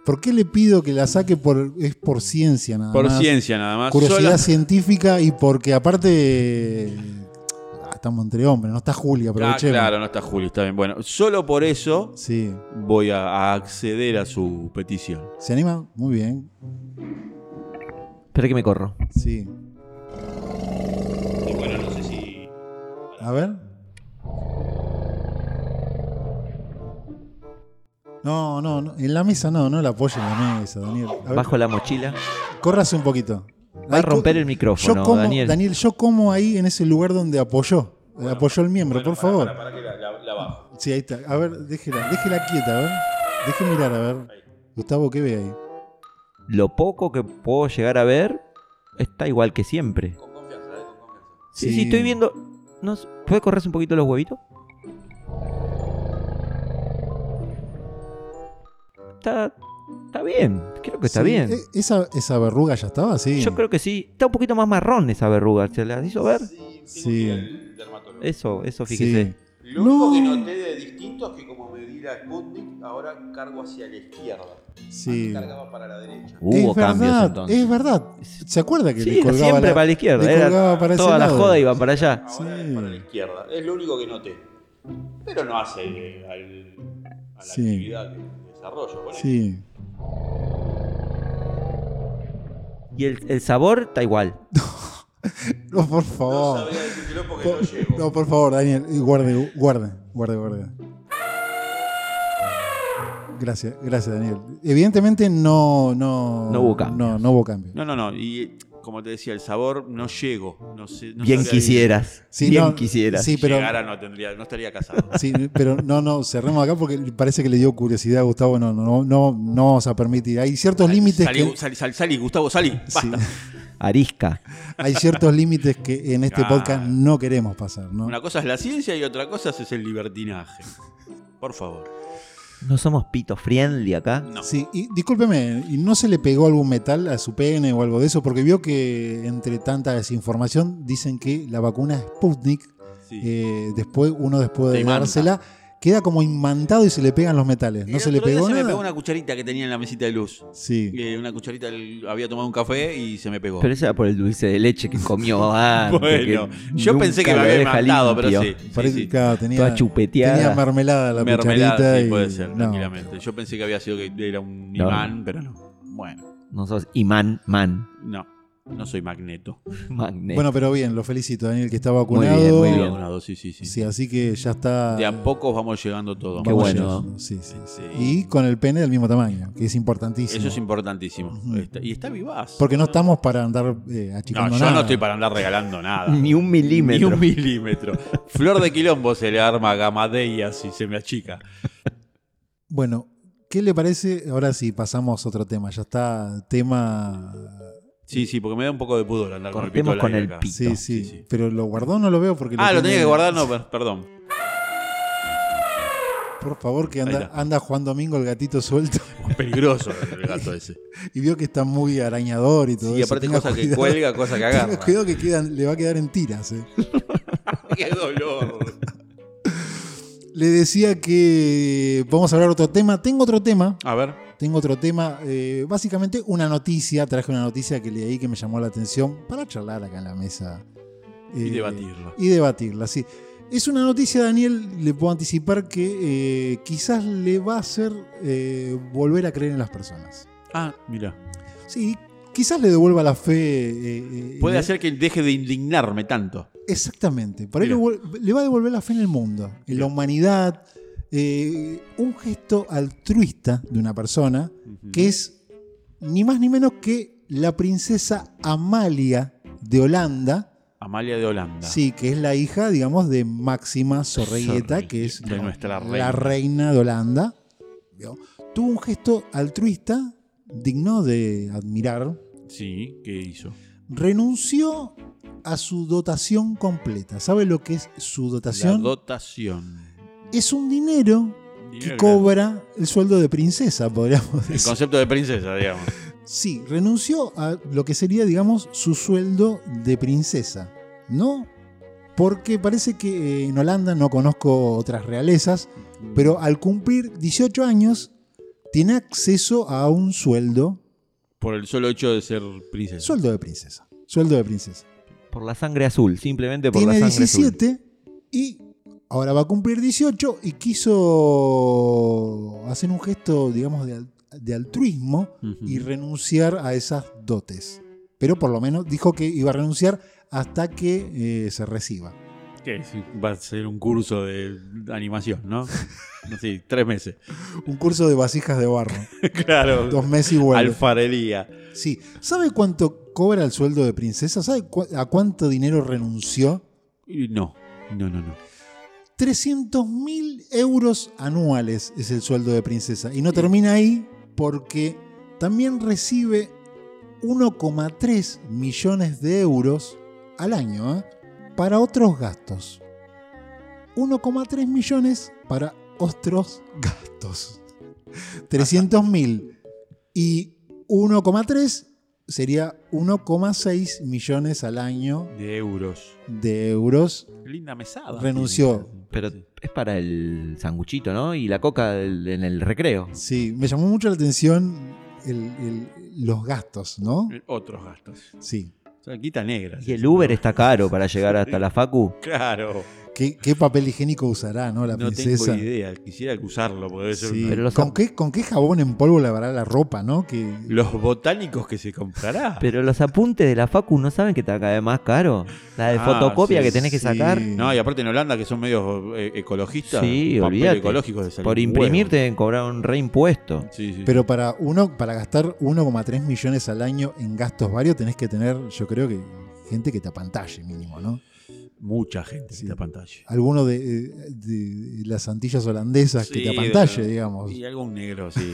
A: ¿Por qué le pido que la saque? Por... Es por ciencia nada
B: por
A: más.
B: ciencia nada más. Ah,
A: Curiosidad
B: Sola-
A: científica y porque aparte... ah, estamos entre hombres, no está Julia,
B: Ah,
A: aprovechemos.
B: claro, no está Julio, está bien. Bueno, solo por eso
A: Sí.
B: voy a, a acceder a su petición.
A: ¿Se anima? Muy bien.
C: Espera que me corro.
A: Sí.
B: Y bueno, no sé si.
A: A ver. No, no, no, en la mesa no, no la apoye en la mesa, Daniel. A ver,
C: Bajo la mochila.
A: Córrase un poquito.
C: Va a
A: Ahí co-
C: romper el
A: Yo
C: micrófono,
A: como, Daniel.
C: Daniel.
A: yo como ahí en ese lugar donde apoyó. eh, apoyó el miembro, por favor.
B: que la, bajo.
A: Sí, ahí está. A ver, déjela, déjela quieta, a ver. Deje mirar, a ver. Gustavo, ¿qué ve ahí?
C: Lo poco que puedo llegar a ver está igual que siempre.
B: Con confianza, con confianza.
C: Sí, sí, estoy viendo. No, sé, ¿Puede correrse un poquito los huevitos? Está, está bien. Creo que está
A: Sí,
C: bien.
A: e- Esa, esa verruga ya estaba, sí.
C: Yo creo que sí. Está un poquito más marrón esa verruga. ¿Se la hizo ver?
A: Sí.
C: Eso, eso,
A: Sí.
C: fíjese.
B: Lo
A: No.
B: único que noté de distinto es que como me di la Sputnik, ahora cargo hacia la izquierda.
A: Sí.
B: Antes cargaba para la derecha.
C: Hubo
A: es
C: cambios
A: verdad,
C: entonces.
A: es verdad. ¿Se acuerda que
C: Sí,
A: le
C: era
A: colgaba
C: siempre
A: la-
C: para la izquierda.
A: le
C: era-
A: colgaba para ese
C: toda la
A: lado?
C: joda iba para allá.
B: Ahora
A: Sí.
B: es para la izquierda. Es lo único que noté. Pero no hace eh, al- a la
A: Sí.
B: actividad que desarrollo. ponele.
A: Sí.
C: Y el, el sabor está igual.
A: No, por
B: No
A: favor.
B: sabría decírtelo porque
A: Por-
B: no llego.
A: no, por favor, Daniel, guarde, guarde, guarde, guarde. Gracias, gracias, Daniel. Evidentemente no, no,
C: No hubo cambios.
A: No, no hubo cambios.
B: No, no, no. Y eh, como te decía, el sabor no llego. No sé, no
C: Bien
B: sabría-
C: quisieras.
A: Sí,
C: bien
A: no,
C: quisieras.
A: Sí, pero,
B: Llegara no tendría, no estaría casado.
A: sí, pero no, no, cerremos acá porque parece que le dio curiosidad a Gustavo. No, no, no, no vamos a permitir. Hay ciertos límites
B: Salí,
A: que.
B: salí, salí, salí, Gustavo, salí. Basta.
A: sí,
C: Arisca.
A: hay ciertos límites que en este
B: Claro.
A: podcast no queremos pasar, ¿no?
B: Una cosa es la ciencia y otra cosa es el libertinaje. Por favor.
C: No somos pito friendly acá.
B: No.
A: Sí, y discúlpeme, ¿y no se le pegó algún metal a su pene o algo de eso? Porque vio que entre tanta desinformación dicen que la vacuna Sputnik,
B: Sí.
A: eh, después, uno después
B: Te
A: de
B: imanta.
A: dársela, queda como imantado y se le pegan los metales. ¿No
B: El
A: se le
B: otro día
A: pegó
B: se
A: nada?
B: me pegó una cucharita que tenía en la mesita de luz.
A: Sí.
B: Eh, una cucharita, el- había tomado un café y se me pegó.
C: Pero eso era por el dulce de leche que comió antes.
B: bueno,
C: que
B: yo pensé que me
C: nunca lo
B: había
C: deja
B: matado, pero
C: limpio.
B: sí. sí,
A: Parece
B: sí.
A: que claro, tenía,
C: Toda chupeteada.
A: tenía mermelada la
B: Mermelada,
A: cucharita.
B: sí,
A: y-
B: puede ser,
A: no.
B: tranquilamente. Yo pensé que había sido que era un
C: No.
B: imán, pero no. Bueno,
C: No sos imán, man.
B: no. No soy magneto.
C: Magnet.
A: Bueno, pero bien, lo felicito, Daniel, que está
C: bien,
A: vacunado.
C: muy
B: Soy
C: bien.
B: abonado, sí, sí, sí.
A: Sí, así que ya está.
B: De a pocos vamos llegando todos.
A: vamos
C: Qué bueno.
A: llegando. Sí, sí, sí.
B: Sí.
A: Y con el pene del mismo tamaño, que es importantísimo.
B: Eso es importantísimo.
A: Ujú.
B: Está- Y está vivaz.
A: Porque no estamos para andar eh,
B: No,
A: achicando
B: yo
A: nada.
B: no estoy para andar regalando nada.
C: Ni un milímetro.
B: Ni un milímetro. Flor de quilombo se le arma a Gamadeia si se me achica.
A: Bueno, ¿qué le parece? Ahora sí, pasamos a otro tema. Ya está tema...
B: Sí, sí, porque me da un poco de pudor andar con el pito
C: Cortemos
B: al
C: con
B: aire
C: el
B: acá.
C: pito.
A: Sí, sí,
B: sí, sí.
A: Pero lo guardó, no lo veo porque...
B: Ah, lo
A: tiene-
B: tenía que guardar, no, per- perdón.
A: Por favor, que
B: Ahí
A: anda,
B: está.
A: anda Juan Domingo el gatito suelto
B: Peligroso el gato ese.
A: y vio que está muy arañador y todo
B: Sí,
A: eso.
B: aparte
A: Tenga
B: cosa que
A: cuidado.
B: cuelga, cosa que agarra.
A: Tenga cuidado que quedan- le va a quedar en tiras. eh.
B: Qué dolor.
A: Le decía que vamos a hablar otro tema. Tengo otro tema.
B: A ver.
A: Tengo otro tema. eh, básicamente una noticia. Traje una noticia que leí que me llamó la atención para charlar acá en la mesa.
B: Y
A: Eh,
B: debatirlo.
A: y debatirla, sí. Es una noticia, Daniel, le puedo anticipar que eh, quizás le va a hacer eh, volver a creer en las personas.
B: Ah, mira.
A: Sí, quizás le devuelva la fe. eh, eh,
B: Puede
A: le-
B: hacer que deje de indignarme tanto.
A: Exactamente. Por ahí le,
B: Mira.
A: vuel- le va a devolver la fe en el mundo, en la
B: Mira.
A: humanidad. eh, un gesto altruista de una persona que es ni más ni menos que la princesa Amalia de Holanda.
B: Amalia de Holanda.
A: Sí, que es la hija, digamos, de Máxima Zorregueta,
B: Zorregueta,
A: que es
B: de nuestra
A: la
B: reina.
A: reina de Holanda. ¿Vio? Tuvo un gesto altruista digno de admirar.
B: Sí, ¿qué hizo?
A: Renunció a su dotación completa. ¿Sabe lo que es su
B: La
A: dotación?
B: dotación.
A: es un dinero que cobra el sueldo de princesa, podríamos
B: El
A: decir.
B: concepto de princesa, digamos.
A: Sí, renunció a lo que sería, digamos, su sueldo de princesa, ¿no? Porque parece que eh, en Holanda no conozco otras realezas, pero al cumplir 18 años tiene acceso a un sueldo,
B: Por el solo hecho de ser princesa.
A: sueldo de princesa, sueldo de princesa.
C: Por la sangre azul, simplemente por
A: Tiene
C: la sangre azul.
A: 17 y ahora va a cumplir 18 y quiso hacer un gesto, digamos, de, al- de altruismo
B: Ujú.
A: y renunciar a esas dotes. Pero por lo menos dijo que iba a renunciar hasta que eh, se reciba.
B: ¿Qué? Sí, Va a ser un curso de animación, ¿no? Sí, tres meses.
A: Un curso de vasijas de barro.
B: claro.
A: Dos meses y vuelve.
B: Alfarería.
A: Sí. ¿Sabe cuánto cobra el sueldo de princesa? ¿Sabe cu- a cuánto dinero renunció?
B: Y No, no, no, no.
A: 300 mil euros anuales es el sueldo de princesa. Y no termina ahí porque también recibe 1,3 millones de euros al año ¿eh? para otros gastos. 1,3 millones para otros gastos. 300 mil y 1,3 sería 1,6 millones al año
B: De euros.
A: de euros
B: Linda mesada.
A: Renunció.
C: Pero es para el sanguchito, ¿no? Y la coca del- en el recreo.
A: Sí, me llamó mucho la atención el- el- los gastos, ¿no?
B: Eh, Otros gastos.
A: Sí.
B: Sanguita negra.
C: Y el Uber está caro para llegar hasta la Facu.
B: Claro.
A: ¿Qué, qué papel higiénico usará, no? La
B: no
A: princesa.
B: tengo idea, quisiera usarlo, porque debe ser
A: Sí.
B: una-
C: Pero los-
A: ¿Con, qué, ¿Con qué jabón en polvo lavará la ropa, no? Que
B: los botánicos que se comprará.
C: Pero los apuntes de la Facu no saben que te acaba más caro. La de
B: Ah,
C: fotocopia
B: sí,
C: que tenés que
A: sí.
C: sacar.
B: No, y aparte en Holanda, que son medios eh, ecologistas,
C: Sí,
B: papel
C: olvídate.
B: ecológico de
C: Por imprimir te deben cobrar un reimpuesto.
B: Sí, sí.
A: Pero para uno, para gastar 1,3 millones al año en gastos varios, tenés que tener, yo creo que gente que te apantalle mínimo, ¿no?
B: Mucha gente
A: Sí.
B: en la pantalla.
A: Alguno de, eh, de las antillas holandesas que te
B: Sí,
A: apantalle,
B: de-
A: digamos.
B: Y algún negro, sí.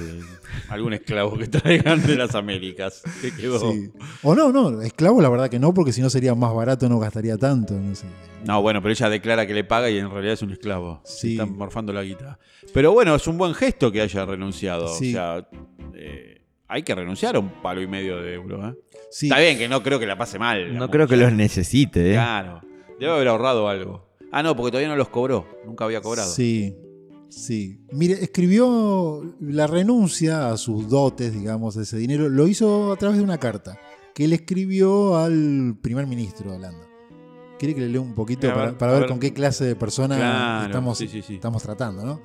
B: algún esclavo que traigan de las Américas. Que quedó.
A: Sí. O no, no, esclavo la verdad que no, porque si no sería más barato, no gastaría tanto, no sé.
B: No, bueno, pero ella declara que le paga y en realidad es un esclavo.
A: Sí.
B: Sí. Están morfando la guita. Pero bueno, es un buen gesto que haya renunciado.
A: Sí.
B: O sea, eh, hay que renunciar a un palo y medio de euro. ¿eh?
A: Sí,
B: Está bien que no creo que la pase mal. la
C: No creo que
B: muchacha.
C: los necesite, ¿eh?
B: Claro. Debe haber ahorrado algo. Ah, no, porque todavía no los cobró. Nunca había cobrado.
A: Sí, sí. Mire, escribió la renuncia a sus dotes, digamos, de ese dinero. Lo hizo a través de una carta que le escribió al primer ministro de Holanda. ¿Quiere que le lea un poquito
B: A ver,
A: para, para
B: a
A: ver,
B: ver.
A: con qué clase de persona
B: Claro,
A: estamos,
B: sí, sí, sí.
A: estamos tratando, ¿no?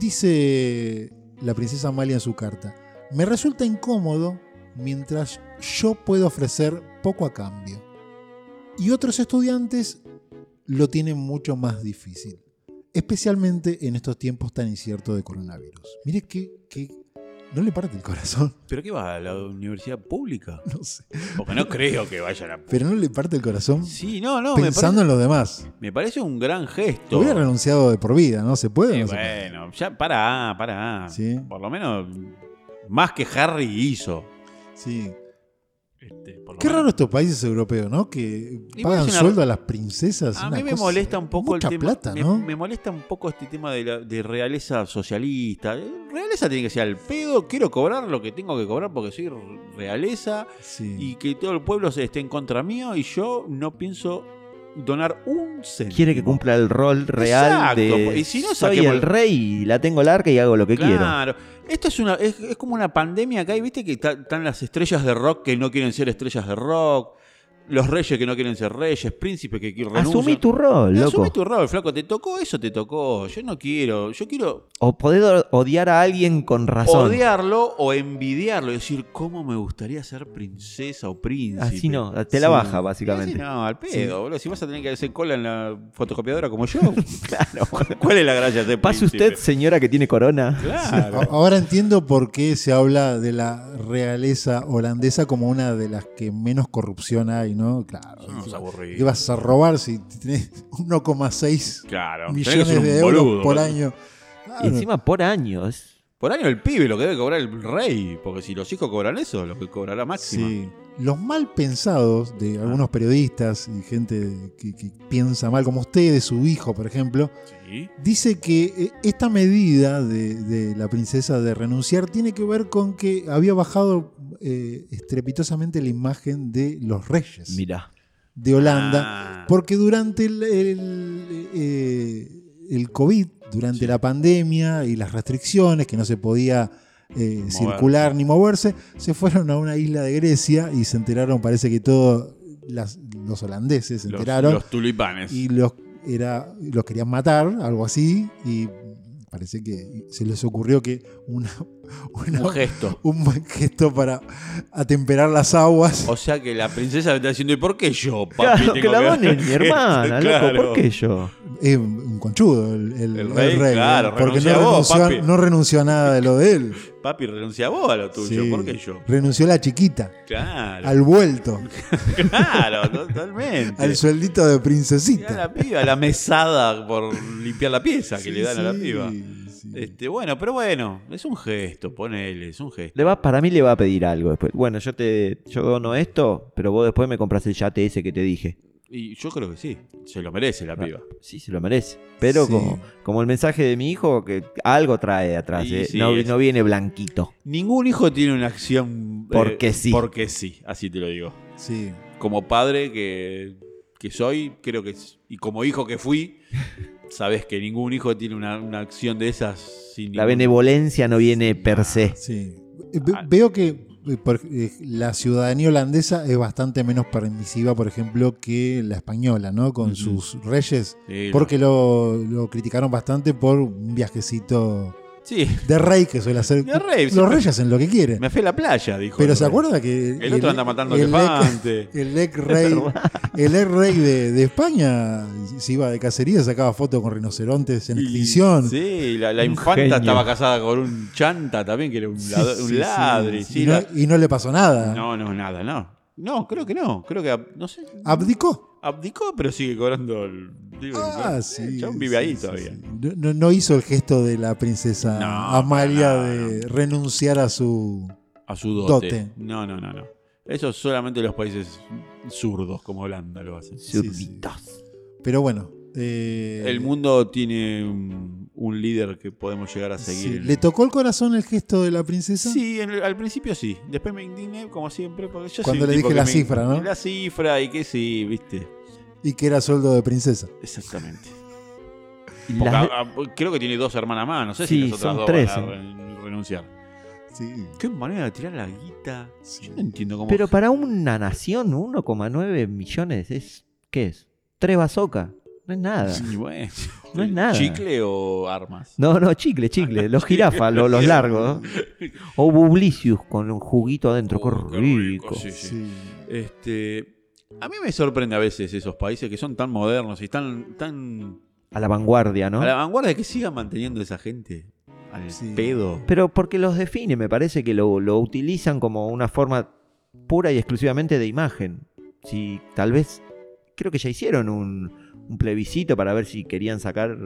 A: Dice la princesa Amalia en su carta. Me resulta incómodo mientras yo puedo ofrecer poco a cambio. Y otros estudiantes lo tienen mucho más difícil. Especialmente en estos tiempos tan inciertos de coronavirus. Mire que, que no le parte el corazón,
B: ¿Pero qué va? ¿A la universidad pública?
A: no sé.
B: Porque no creo que vaya a la.
A: Pero no le parte el corazón
B: Sí, no, no. Me
A: pensando
B: parece,
A: en los demás.
B: me parece un gran gesto.
A: Hubiera renunciado de por vida, ¿no? ¿Se puede? o
B: Eh,
A: no se puede?
B: bueno, ya, para, para.
A: Sí.
B: Por lo menos, más que Harry hizo.
A: Sí.
B: Este, por lo
A: Qué
B: menos.
A: raro estos países europeos, ¿no? Que
B: Y
A: pagan
B: parece una-
A: sueldo a las princesas.
B: A
A: una
B: mí me
A: cosa-
B: molesta un poco
A: mucha
B: el tema.
A: plata,
B: me,
A: ¿no?
B: me molesta un poco este tema de, la- de realeza socialista. Eh, Realeza tiene que ser al pedo. Quiero cobrar lo que tengo que cobrar porque soy r- realeza
A: Sí.
B: y que todo el pueblo se esté en contra mío y yo no pienso donar un céntimo.
C: Quiere que cumpla el rol real
B: Exacto,
C: de
B: y si no,
C: soy
B: saquemos-
C: el rey y la tengo larga y hago lo que quiero.
B: Claro. Esto es, una, es, es como una pandemia acá, y viste que ta- están las estrellas de rock que no quieren ser estrellas de rock, los reyes que no quieren ser reyes, príncipes que quieren
C: Asumí tu rol, loco.
B: Asumí tu rol, flaco. Te tocó eso, te tocó. Yo no quiero. Yo quiero
C: O podés o- odiar a alguien con razón.
B: odiarlo o envidiarlo. Y decir, ¿cómo me gustaría ser princesa o príncipe?
C: Así no, te la
A: Sí.
C: baja,
B: Y así
C: básicamente.
B: no, al pedo, boludo. Si vas a tener que hacer cola en la fotocopiadora como yo, claro. ¿Cuál es la gracia de
C: Pase
B: príncipe?
C: usted, señora que tiene corona.
A: A-
B: Claro.
A: Ahora entiendo por qué se habla de la realeza holandesa como una de las que menos corrupción hay, ¿no? Claro.
B: Son unos
A: ¿Qué
B: aburridos.
A: vas a robar si tenés 1,6
B: Claro. tenés que
A: millones
B: ser un
A: de euros
B: boludo,
A: por
B: ¿no?
A: año?
C: Y
A: Claro.
C: encima por años.
B: Por año el pibe, lo que debe cobrar el rey. Porque si los hijos cobran eso, lo que cobrará máxima. Ah.
A: Sí. Los mal pensados de algunos periodistas y gente que, que piensa mal, como usted, de su hijo, por ejemplo,
B: Sí.
A: dice que eh, esta medida de, de la princesa de renunciar tiene que ver con que había bajado eh, estrepitosamente la imagen de los reyes
C: Mirá.
A: de Holanda,
B: Ah,
A: porque durante el, el, eh, el COVID, durante
B: Sí.
A: la pandemia y las restricciones, que no se podía eh,
B: Mover.
A: circular ni moverse, se fueron a una isla de Grecia y se enteraron, parece que todos las- los holandeses se
B: los,
A: enteraron
B: los tulipanes.
A: y los, era, los querían matar, algo así, y parece que se les ocurrió que una, una-
B: Un gesto.
A: un buen gesto para atemperar las aguas.
B: O sea que la princesa me está diciendo, ¿y por qué yo, papi?
C: claro,
B: tengo
C: que la donen, mi
B: Claro.
C: hermana, loco. ¿Por qué yo?
A: Es un conchudo el, el-
B: El
A: el
B: rey,
A: rey,
B: claro,
A: ¿eh? porque
B: renuncia
A: no,
B: a vos,
A: renunció, a-
B: papi.
A: no renunció a nada de lo de él.
B: Papi, renuncia vos a lo tuyo,
A: Sí.
B: ¿por qué yo?
A: Renunció a la chiquita,
B: Claro,
A: al vuelto,
B: claro, totalmente.
A: al sueldito de
B: Y a
A: princesita.
B: la piba, la mesada por limpiar la pieza que le dan a la
A: Sí,
B: piba.
A: sí.
B: Este, bueno, pero bueno, es un gesto, ponele, es un gesto.
C: Le va, para mí le va a pedir algo después. Bueno, yo te yo dono esto, pero vos después me compras el yate ese que te dije.
B: Y yo creo que sí, se lo merece la piba.
C: Sí, se lo merece. Pero
A: Sí.
C: como, como el mensaje de mi hijo, que algo trae atrás.
B: Y
C: eh.
B: sí,
C: no,
B: es-
C: no viene blanquito.
B: Ningún hijo tiene una acción. eh,
C: Porque sí.
B: Porque sí, así te lo digo.
A: Sí.
B: como padre que, que soy, creo que es- y como hijo que fui, sabes que ningún hijo tiene una, una acción de esas sin
C: La
B: ningún-
C: benevolencia no viene per se.
A: Sí. Eh, Ve-
B: Ah.
A: Veo que eh, por- eh, la ciudadanía holandesa es bastante menos permisiva, por ejemplo, que la española, ¿no? Con
B: Ujú.
A: sus reyes.
B: Sí,
A: Porque lo, lo criticaron bastante por un viajecito
B: Sí,
A: de rey que suele hacer.
B: De rey, sí,
A: los
B: pero-
A: reyes hacen lo que quieren.
B: me fui a la playa, dijo.
A: Pero
B: el
A: ¿se
B: rey.
A: acuerda que.
B: El otro anda matando elefantes.
A: El ex rey, el ex rey de, de España se iba de cacería, sacaba fotos con rinocerontes en
B: Y-
A: extinción.
B: Sí, la, la
C: Un
B: infanta
C: genio.
B: estaba casada con un chanta también, que era un,
A: Sí,
B: lad-
A: sí,
B: un
A: sí.
B: ladri. sí,
A: y, no,
B: la-
A: y no le pasó nada.
B: no, no, nada, no. No, creo que no. Creo que, ab- no sé,
A: Abdicó.
B: abdicó, pero sigue cobrando el... digo,
A: Ah,
B: el-
A: sí.
B: el chabón vive
A: sí,
B: ahí
A: sí,
B: todavía.
A: sí. No- No, no hizo el gesto de la princesa
B: No,
A: Amalia
B: no,
A: de renunciar a su.
B: A su dote.
A: Dote.
B: No, no, no, no. Eso solamente los países zurdos como Holanda lo hacen.
A: Sí, sí.
C: Zurditos.
A: Pero bueno. eh,
B: El mundo tiene un, un líder que podemos llegar a
A: sí.
B: seguir.
A: ¿Le tocó el corazón el gesto de la princesa?
B: Sí, en el- al principio sí. Después me indigné, como siempre, porque yo soy
A: Cuando
B: un
A: le
B: tipo
A: dije
B: que
A: la
B: me-
A: cifra, ¿no?
B: La cifra y que sí, viste.
A: Y que era sueldo de princesa.
B: Exactamente.
C: Las-
B: Porque a- a- creo que tiene dos hermanas más, no sé
C: Sí,
B: si las otras
C: son
B: dos
C: tres,
B: van a re- renunciar.
A: Sí.
B: Qué manera de tirar la guita.
A: sí.
B: Yo no entiendo cómo.
C: Pero para una nación, 1,9 millones es. ¿Qué es? Tres bazocas. No es nada.
B: Sí, bueno.
C: No es nada.
B: ¿Chicle o armas?
C: No, no, chicle, chicle. Los jirafas, lo- los, largos. O Bublicius con un juguito adentro.
B: Oh,
C: qué
B: qué
C: rico.
B: rico, sí, sí.
A: Sí.
B: Este, a mí me sorprende a veces esos países que son tan modernos y tan, tan
C: A la vanguardia, ¿no?
B: a la vanguardia que sigan manteniendo esa gente al
A: Sí.
B: pedo.
C: Pero porque los define, me parece que lo, lo utilizan como una forma pura y exclusivamente de imagen. Si tal vez, creo que ya hicieron un, un plebiscito para ver si querían sacar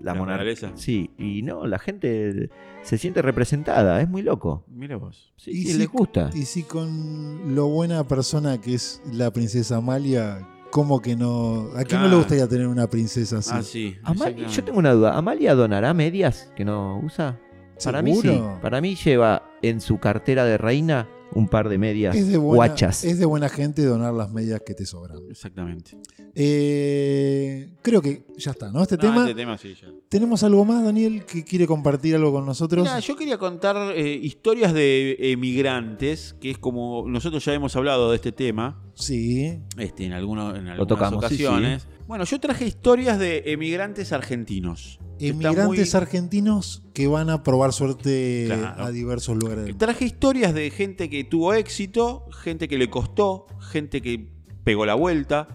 C: la,
B: La
C: monarquía.
B: realeza.
C: Sí, y no, la gente se siente representada, es muy loco.
B: Mira vos.
C: Sí,
A: Y
C: sí,
A: sí,
C: les gusta.
A: Y si con lo buena persona que es la princesa Amalia, ¿cómo que no? ¿A quién no le
B: Claro.
A: gustaría tener una princesa así?
B: Ah, sí.
C: Amalia-
B: exactamente.
C: yo tengo una duda, ¿Amalia donará medias que no usa? Para mí sí,
A: ¿Seguro?
C: para mí lleva en su cartera de reina un par de medias
A: Es de, buena,
C: guachas.
A: es de buena gente donar las medias que te sobran.
B: Exactamente.
A: Este Eh, creo que ya está, ¿no? Este
B: No,
A: tema.
B: este tema sí, ya.
A: ¿Tenemos algo más, Daniel, que quiere compartir algo con nosotros?
B: Mirá, yo quería contar eh, historias de emigrantes, que es como nosotros ya hemos hablado de este tema
A: Sí.
B: este, en, alguno- en algunas
C: tocamos, sí, sí.
B: ocasiones. Bueno, yo traje historias de emigrantes argentinos. Está
A: Emigrantes
B: muy-
A: argentinos que van a probar suerte
B: Claro.
A: a diversos lugares. del mundo.
B: Traje historias de gente que tuvo éxito, gente que le costó, gente que pegó la vuelta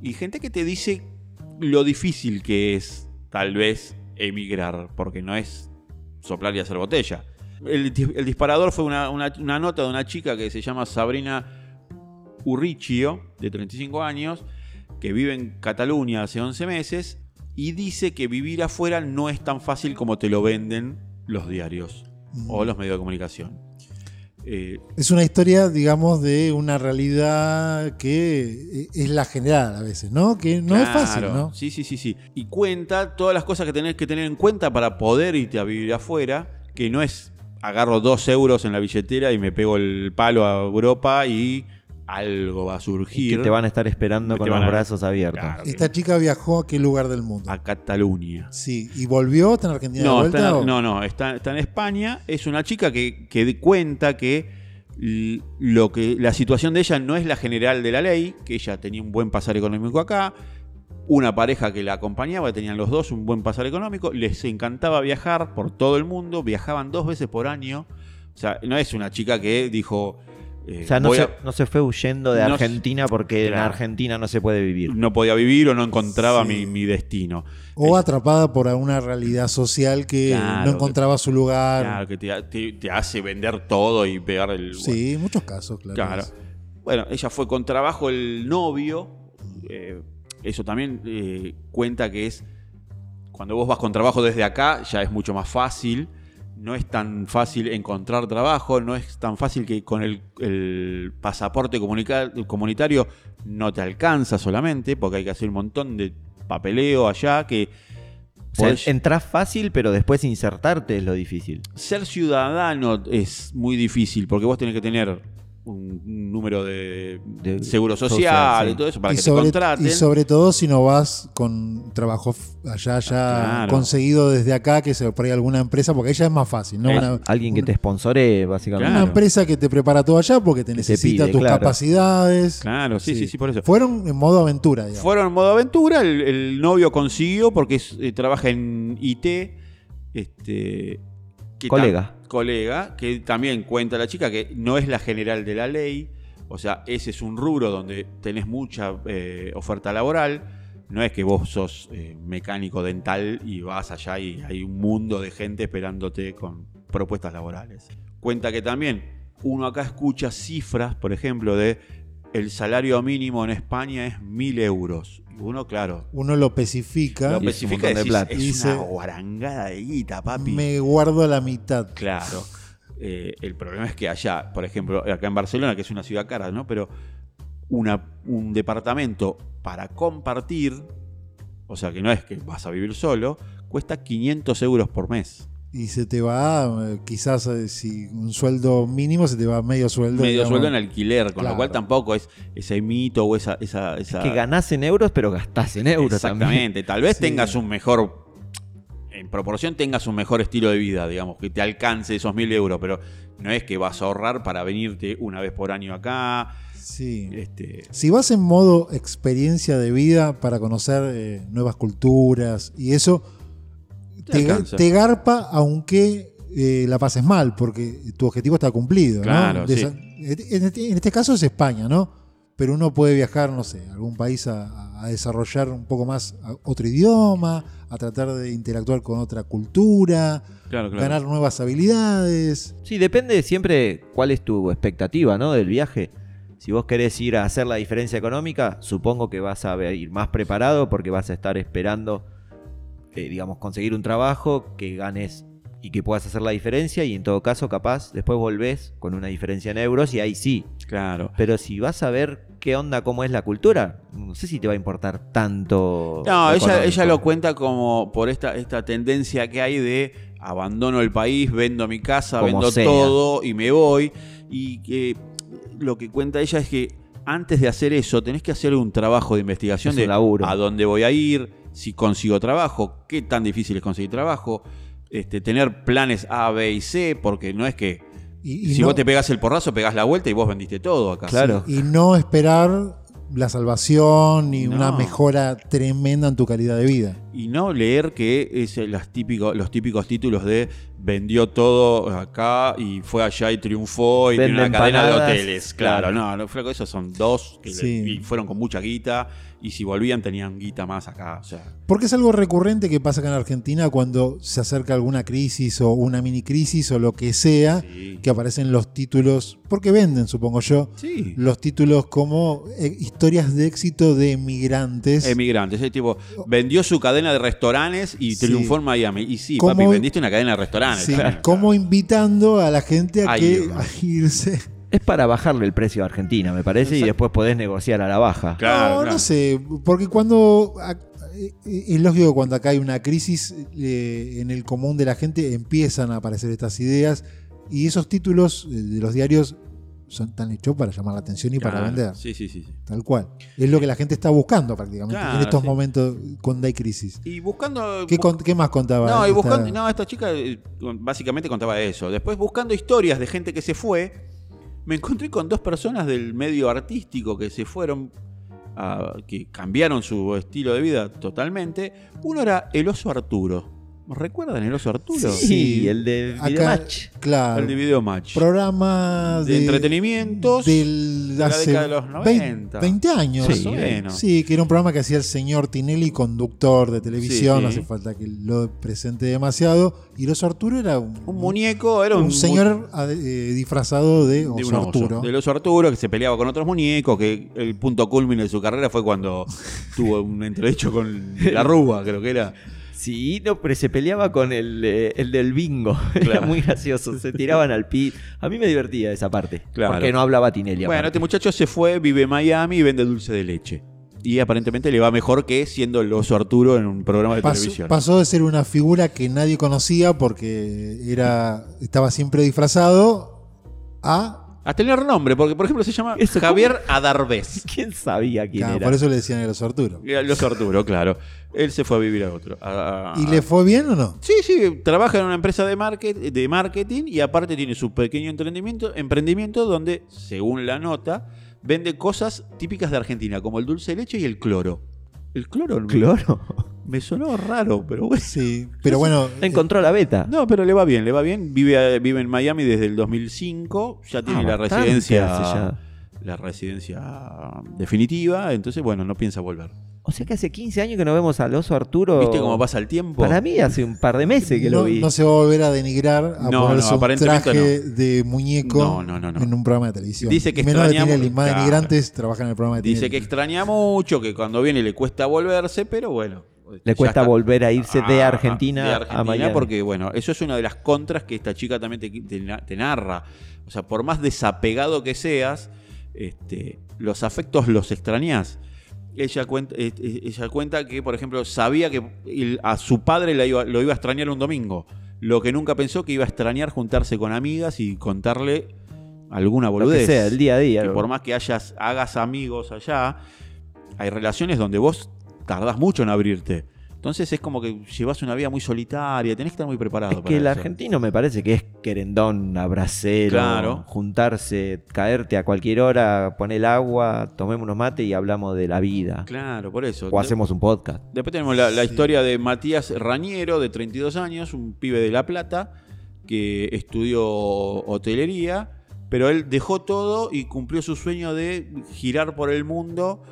B: y gente que te dice lo difícil que es tal vez emigrar, porque no es soplar y hacer botella. El, di- el disparador fue una, una- una nota de una chica que se llama Sabrina Urrichio, de 35 años, que vive en Cataluña hace 11 meses y dice que vivir afuera no es tan fácil como te lo venden los diarios
A: Mm.
B: o los medios de comunicación. Eh,
A: Es una historia, digamos, de una realidad que eh, es la general a veces, ¿no? Que no es
B: claro,
A: fácil, ¿no?
B: Sí, sí, sí, sí. Y cuenta todas las cosas que tenés que tener en cuenta para poder irte a vivir afuera, que no es agarro dos euros en la billetera y me pego el palo a Europa y algo va a
C: Y
B: surgir
C: que te van a estar esperando
B: Que
C: con
B: te
C: los
B: van a-
C: brazos abiertos.
B: Claro.
A: Esta chica viajó a qué lugar del mundo.
B: a Cataluña.
A: Sí, y volvió, está en Argentina de
B: Ah. No,
A: vuelta.
B: está
A: o-
B: en, no, no, está, está en España. Es una chica que, que cuenta que, l- lo que la situación de ella no es la general de la ley, que ella tenía un buen pasar económico acá, una pareja que la acompañaba, tenían los dos un buen pasar económico, les encantaba viajar por todo el mundo, viajaban dos veces por año. O sea, no es una chica que dijo... eh,
C: O sea, no
B: voy
C: se,
B: a-
C: no se fue huyendo de
B: No se-
C: Argentina porque en
B: Claro.
C: Argentina no se puede vivir.
B: no podía vivir o no encontraba
A: Sí.
B: mi, mi destino.
A: O atrapada por una realidad social que
B: Claro,
A: no encontraba su lugar.
B: Claro, que te, te- te hace vender todo y pegar el...
A: sí, muchos casos, claro.
B: Claro. Bueno, ella fue con trabajo el novio. eh, eso también eh, cuenta que es. Cuando vos vas con trabajo desde acá, ya es mucho más fácil. No es tan fácil encontrar trabajo, no es tan fácil que con el, el pasaporte comunica- comunitario no te alcanza solamente, porque hay que hacer un montón de papeleo allá, que
C: O sea,
B: podés-
C: entrás fácil, pero después insertarte es lo difícil.
B: ser ciudadano es muy difícil porque vos tenés que tener un, un número de,
C: De-
B: seguro social,
C: social, sí.
B: y todo eso para
A: y,
B: que te
A: sobre,
B: contraten.
A: y sobre todo si no vas con trabajo f- allá ya
B: Claro.
A: conseguido desde acá, que se lo traiga alguna empresa, porque ella es más fácil, ¿no?
B: Eh,
A: Una-
C: Alguien que
A: una-
C: te sponsore,
A: Una
B: Claro.
C: básicamente.
A: empresa que te prepara todo allá porque te
C: te
A: necesita
C: pide,
A: tus
C: claro.
A: capacidades.
B: Claro, sí, sí, sí, por eso.
A: Fueron en modo aventura, digamos.
B: Fueron en modo aventura, el, el novio consiguió porque es- eh, trabaja en IT. Este, que tam-
C: Colega.
B: colega, que también cuenta la chica que no es la general de la ley, o sea, ese es un rubro donde tenés mucha eh, oferta laboral, no es que vos sos eh, mecánico dental y vas allá y hay un mundo de gente esperándote con propuestas laborales. Cuenta que también uno acá escucha cifras, por ejemplo, de el salario mínimo en España es mil euros. Y Uno, claro,
A: Uno lo especifica.
B: lo
C: es un
B: especifica
C: montón de
B: decís,
C: plata.
B: es
A: Dice-
B: una guarangada de guita, papi.
A: Me guardo la mitad.
B: Claro. Eh, el problema es que allá, por ejemplo, acá en Barcelona, que es una ciudad cara, ¿no? Pero una, un departamento para compartir, o sea que no es que vas a vivir solo, cuesta 500 euros por mes.
A: Y se te va, eh, quizás eh, si un sueldo mínimo, se te va medio sueldo.
B: Medio
A: digamos.
B: sueldo en alquiler, con
A: Claro.
B: lo cual tampoco es ese mito o esa... esa, esa-
C: Que ganás en euros, pero gastás en euros también.
B: Exactamente. Tal vez
A: Sí.
B: tengas un mejor. En proporción tengas un mejor estilo de vida, digamos, que te alcance esos mil euros, pero no es que vas a ahorrar para venirte una vez por año acá.
A: Sí.
B: Este,
A: Si vas en modo experiencia de vida para conocer eh, nuevas culturas y eso,
B: Te
A: te, ga-
B: alcanza.
A: te garpa aunque eh, la pases mal, porque tu objetivo está cumplido. ¿no?
B: Claro,
A: De
B: sí.
A: esa- en, este, en este caso es España, ¿no? Pero uno puede viajar, no sé, a algún país a, a desarrollar un poco más a otro idioma, a tratar de interactuar con otra cultura,
B: Claro, claro.
A: ganar nuevas habilidades.
C: Sí, depende siempre cuál es tu expectativa, ¿no? Del viaje. Si vos querés ir a hacer la diferencia económica, supongo que vas a ver- ir más preparado porque vas a estar esperando, eh, digamos, conseguir un trabajo que ganes y que puedas hacer la diferencia y en todo caso capaz después volvés con una diferencia en euros y ahí sí.
B: Claro.
C: Pero si vas a ver qué onda, cómo es la cultura, no sé si te va a importar tanto.
B: No,
C: lo
B: ella, ella lo
C: económico.
B: cuenta como por esta, esta tendencia que hay de abandono el país, vendo mi casa,
C: Como
B: vendo
C: sea.
B: todo y me voy. Y que lo que cuenta ella es que antes de hacer eso tenés que hacer un trabajo de investigación
C: Es un
B: de
C: laburo.
B: a dónde voy a ir, si consigo trabajo, qué tan difícil es conseguir trabajo, este, tener planes A, B y C, porque no es que
A: Y, y
B: si
A: no-
B: vos te pegás el porrazo, pegás la vuelta y vos vendiste todo acá.
C: Claro.
A: y no esperar la salvación ni
B: No.
A: una mejora tremenda en tu calidad de vida.
B: y no leer que es eh, las típico- los típicos títulos de vendió todo acá y fue allá y triunfó y
C: Vende
B: tiene una cadena de
C: empanadas.
B: hoteles. Claro,
C: Claro.
B: no, no, flaco, esos son dos que le-
A: Sí.
B: y fueron con mucha guita y si volvían tenían guita más acá. O sea,
A: Porque es algo recurrente que pasa acá en Argentina cuando se acerca alguna crisis o una mini crisis o lo que sea,
B: sí.
A: que aparecen los títulos, porque venden, supongo yo,
B: Sí.
A: los títulos como eh, historias de éxito de emigrantes.
B: Emigrantes, ese tipo vendió su cadena de restaurantes y
A: Sí.
B: triunfó en Miami. Y sí,
A: ¿Cómo-
B: papi, vendiste una cadena de restaurantes.
A: Sí,
B: también,
A: como invitando a la gente a,
B: A
A: que,
B: ir.
A: a irse.
C: Es para bajarle el precio a Argentina, me parece, y
B: Exacto.
C: después podés negociar a la baja.
B: Claro,
A: no,
B: claro.
A: no sé, porque cuando ac- eh, es lógico que cuando acá hay una crisis eh, en el común de la gente empiezan a aparecer estas ideas y esos títulos eh, de los diarios son tan hechos para llamar la atención y para
B: Claro.
A: vender,
B: Sí, sí, sí. sí.
A: tal cual. Es lo que la gente está buscando prácticamente en
B: Claro,
A: estos
B: sí.
A: momentos cuando hay crisis.
B: Y buscando.
A: ¿Qué, con- qué más contaba?
B: No, y
A: esta-
B: buscando, no, esta chica eh, básicamente contaba eso. Después buscando historias de gente que se fue, me encontré con dos personas del medio artístico que se fueron, a- que cambiaron su estilo de vida totalmente. Uno era el oso Arturo. ¿Recuerdan el oso Arturo?
A: Sí.
C: el de
A: acá-
C: Videomatch.
A: Claro.
B: El de Videomatch.
A: programa
B: De entretenimientos
A: del,
B: de la
A: hace
B: década de los
A: 20,
B: 90.
A: años.
B: Más o menos.
A: Sí, que era un programa que hacía el señor Tinelli, conductor de televisión,
B: Sí,
A: no
B: sí.
A: hace falta que lo presente demasiado. Y los Arturo era un,
B: Un muñeco, era
A: un
B: un,
A: señor ah, eh, disfrazado de
B: mu-
A: Oso
B: de un oso,
A: Arturo.
B: Del oso Arturo que se peleaba con otros muñecos, que el punto culmine de su carrera fue cuando tuvo un entredicho con la rúa, creo que era.
C: Sí, no, pero se peleaba con el, eh, el del bingo. Era
B: Claro.
C: muy gracioso. Se tiraban al pi. A mí me divertía esa parte.
B: Claro.
C: Porque no hablaba Tinelli.
B: Bueno,
C: aparte.
B: este muchacho se fue, vive en Miami y vende dulce de leche. Y aparentemente le va mejor que siendo el oso Arturo en un programa de
A: Pasó,
B: televisión.
A: pasó de ser una figura que nadie conocía porque era estaba siempre disfrazado a
B: Hasta el renombre, porque por ejemplo se llama
C: Eso, ¿cómo?
B: Javier Adarvés.
C: ¿Quién sabía quién
A: Claro,
C: era?
A: por eso le decían el oso Arturo.
B: Eh, Los Arturo, claro. Él se fue a vivir a otro. a- a-
A: ¿Y le fue bien o no?
B: Sí, sí, trabaja en una empresa de, market, de marketing y aparte tiene su pequeño emprendimiento, emprendimiento donde, según la nota, vende cosas típicas de Argentina, como el dulce de leche y el cloro. El cloro,
C: Cloro.
B: me sonó raro, pero bueno.
A: Sí, pero bueno,
C: No encontró la beta.
B: No, pero le va bien, le va bien. Vive, eh, vive en Miami desde el 2005, ya tiene
C: Ah,
B: la
C: bastante hace
B: residencia
C: ya.
B: la residencia definitiva, entonces bueno, no piensa volver.
C: O sea que hace 15 años que no vemos al oso Arturo.
B: ¿Viste cómo pasa el tiempo?
C: Para mí hace un par de meses que
A: no,
C: lo vi.
A: no se va a volver a denigrar a
B: No,
A: ponerse
B: no,
A: un
B: aparentemente
A: traje de muñeco
B: No, no, no, no.
A: en un programa de televisión.
B: Dice que
A: Menos de
B: extrañamos-
A: Tinelli, más
B: Claro.
A: denigrantes trabajan en el programa de
B: Dice
A: Tinelli.
B: que extraña mucho, que cuando viene le cuesta volverse, pero bueno.
C: Le
B: ya
C: cuesta
B: está.
C: volver a irse de,
B: Ah,
C: Argentina
B: de
C: a
B: Argentina
C: Miami.
B: porque bueno, eso es una de las contras que esta chica también te, te na- te narra. O sea, por más desapegado que seas, este, los afectos los extrañás. Ella cuenta, eh, eh, ella cuenta que, por ejemplo, sabía que el- a su padre la iba- lo iba a extrañar un domingo. Lo que nunca pensó que iba a extrañar juntarse con amigas y contarle alguna
C: Lo
B: boludez.
C: que sea, el día a día.
B: Que
C: ¿no?
B: por más que hayas, hagas amigos allá, hay relaciones donde vos tardás mucho en abrirte. Entonces es como que llevas una vida muy solitaria, tenés que estar muy preparado.
C: es
B: para
C: que el
B: eso.
C: argentino me parece que es querendón, abracero,
B: Claro.
C: juntarse, caerte a cualquier hora, poner el agua, tomemos unos mate y hablamos de la vida.
B: Claro, por eso.
C: O hacemos un podcast.
B: Después tenemos la, la
A: Sí.
B: historia de Matías Rañero, de 32 años, un pibe de La Plata, que estudió hotelería, pero él dejó todo y cumplió su sueño de girar por el mundo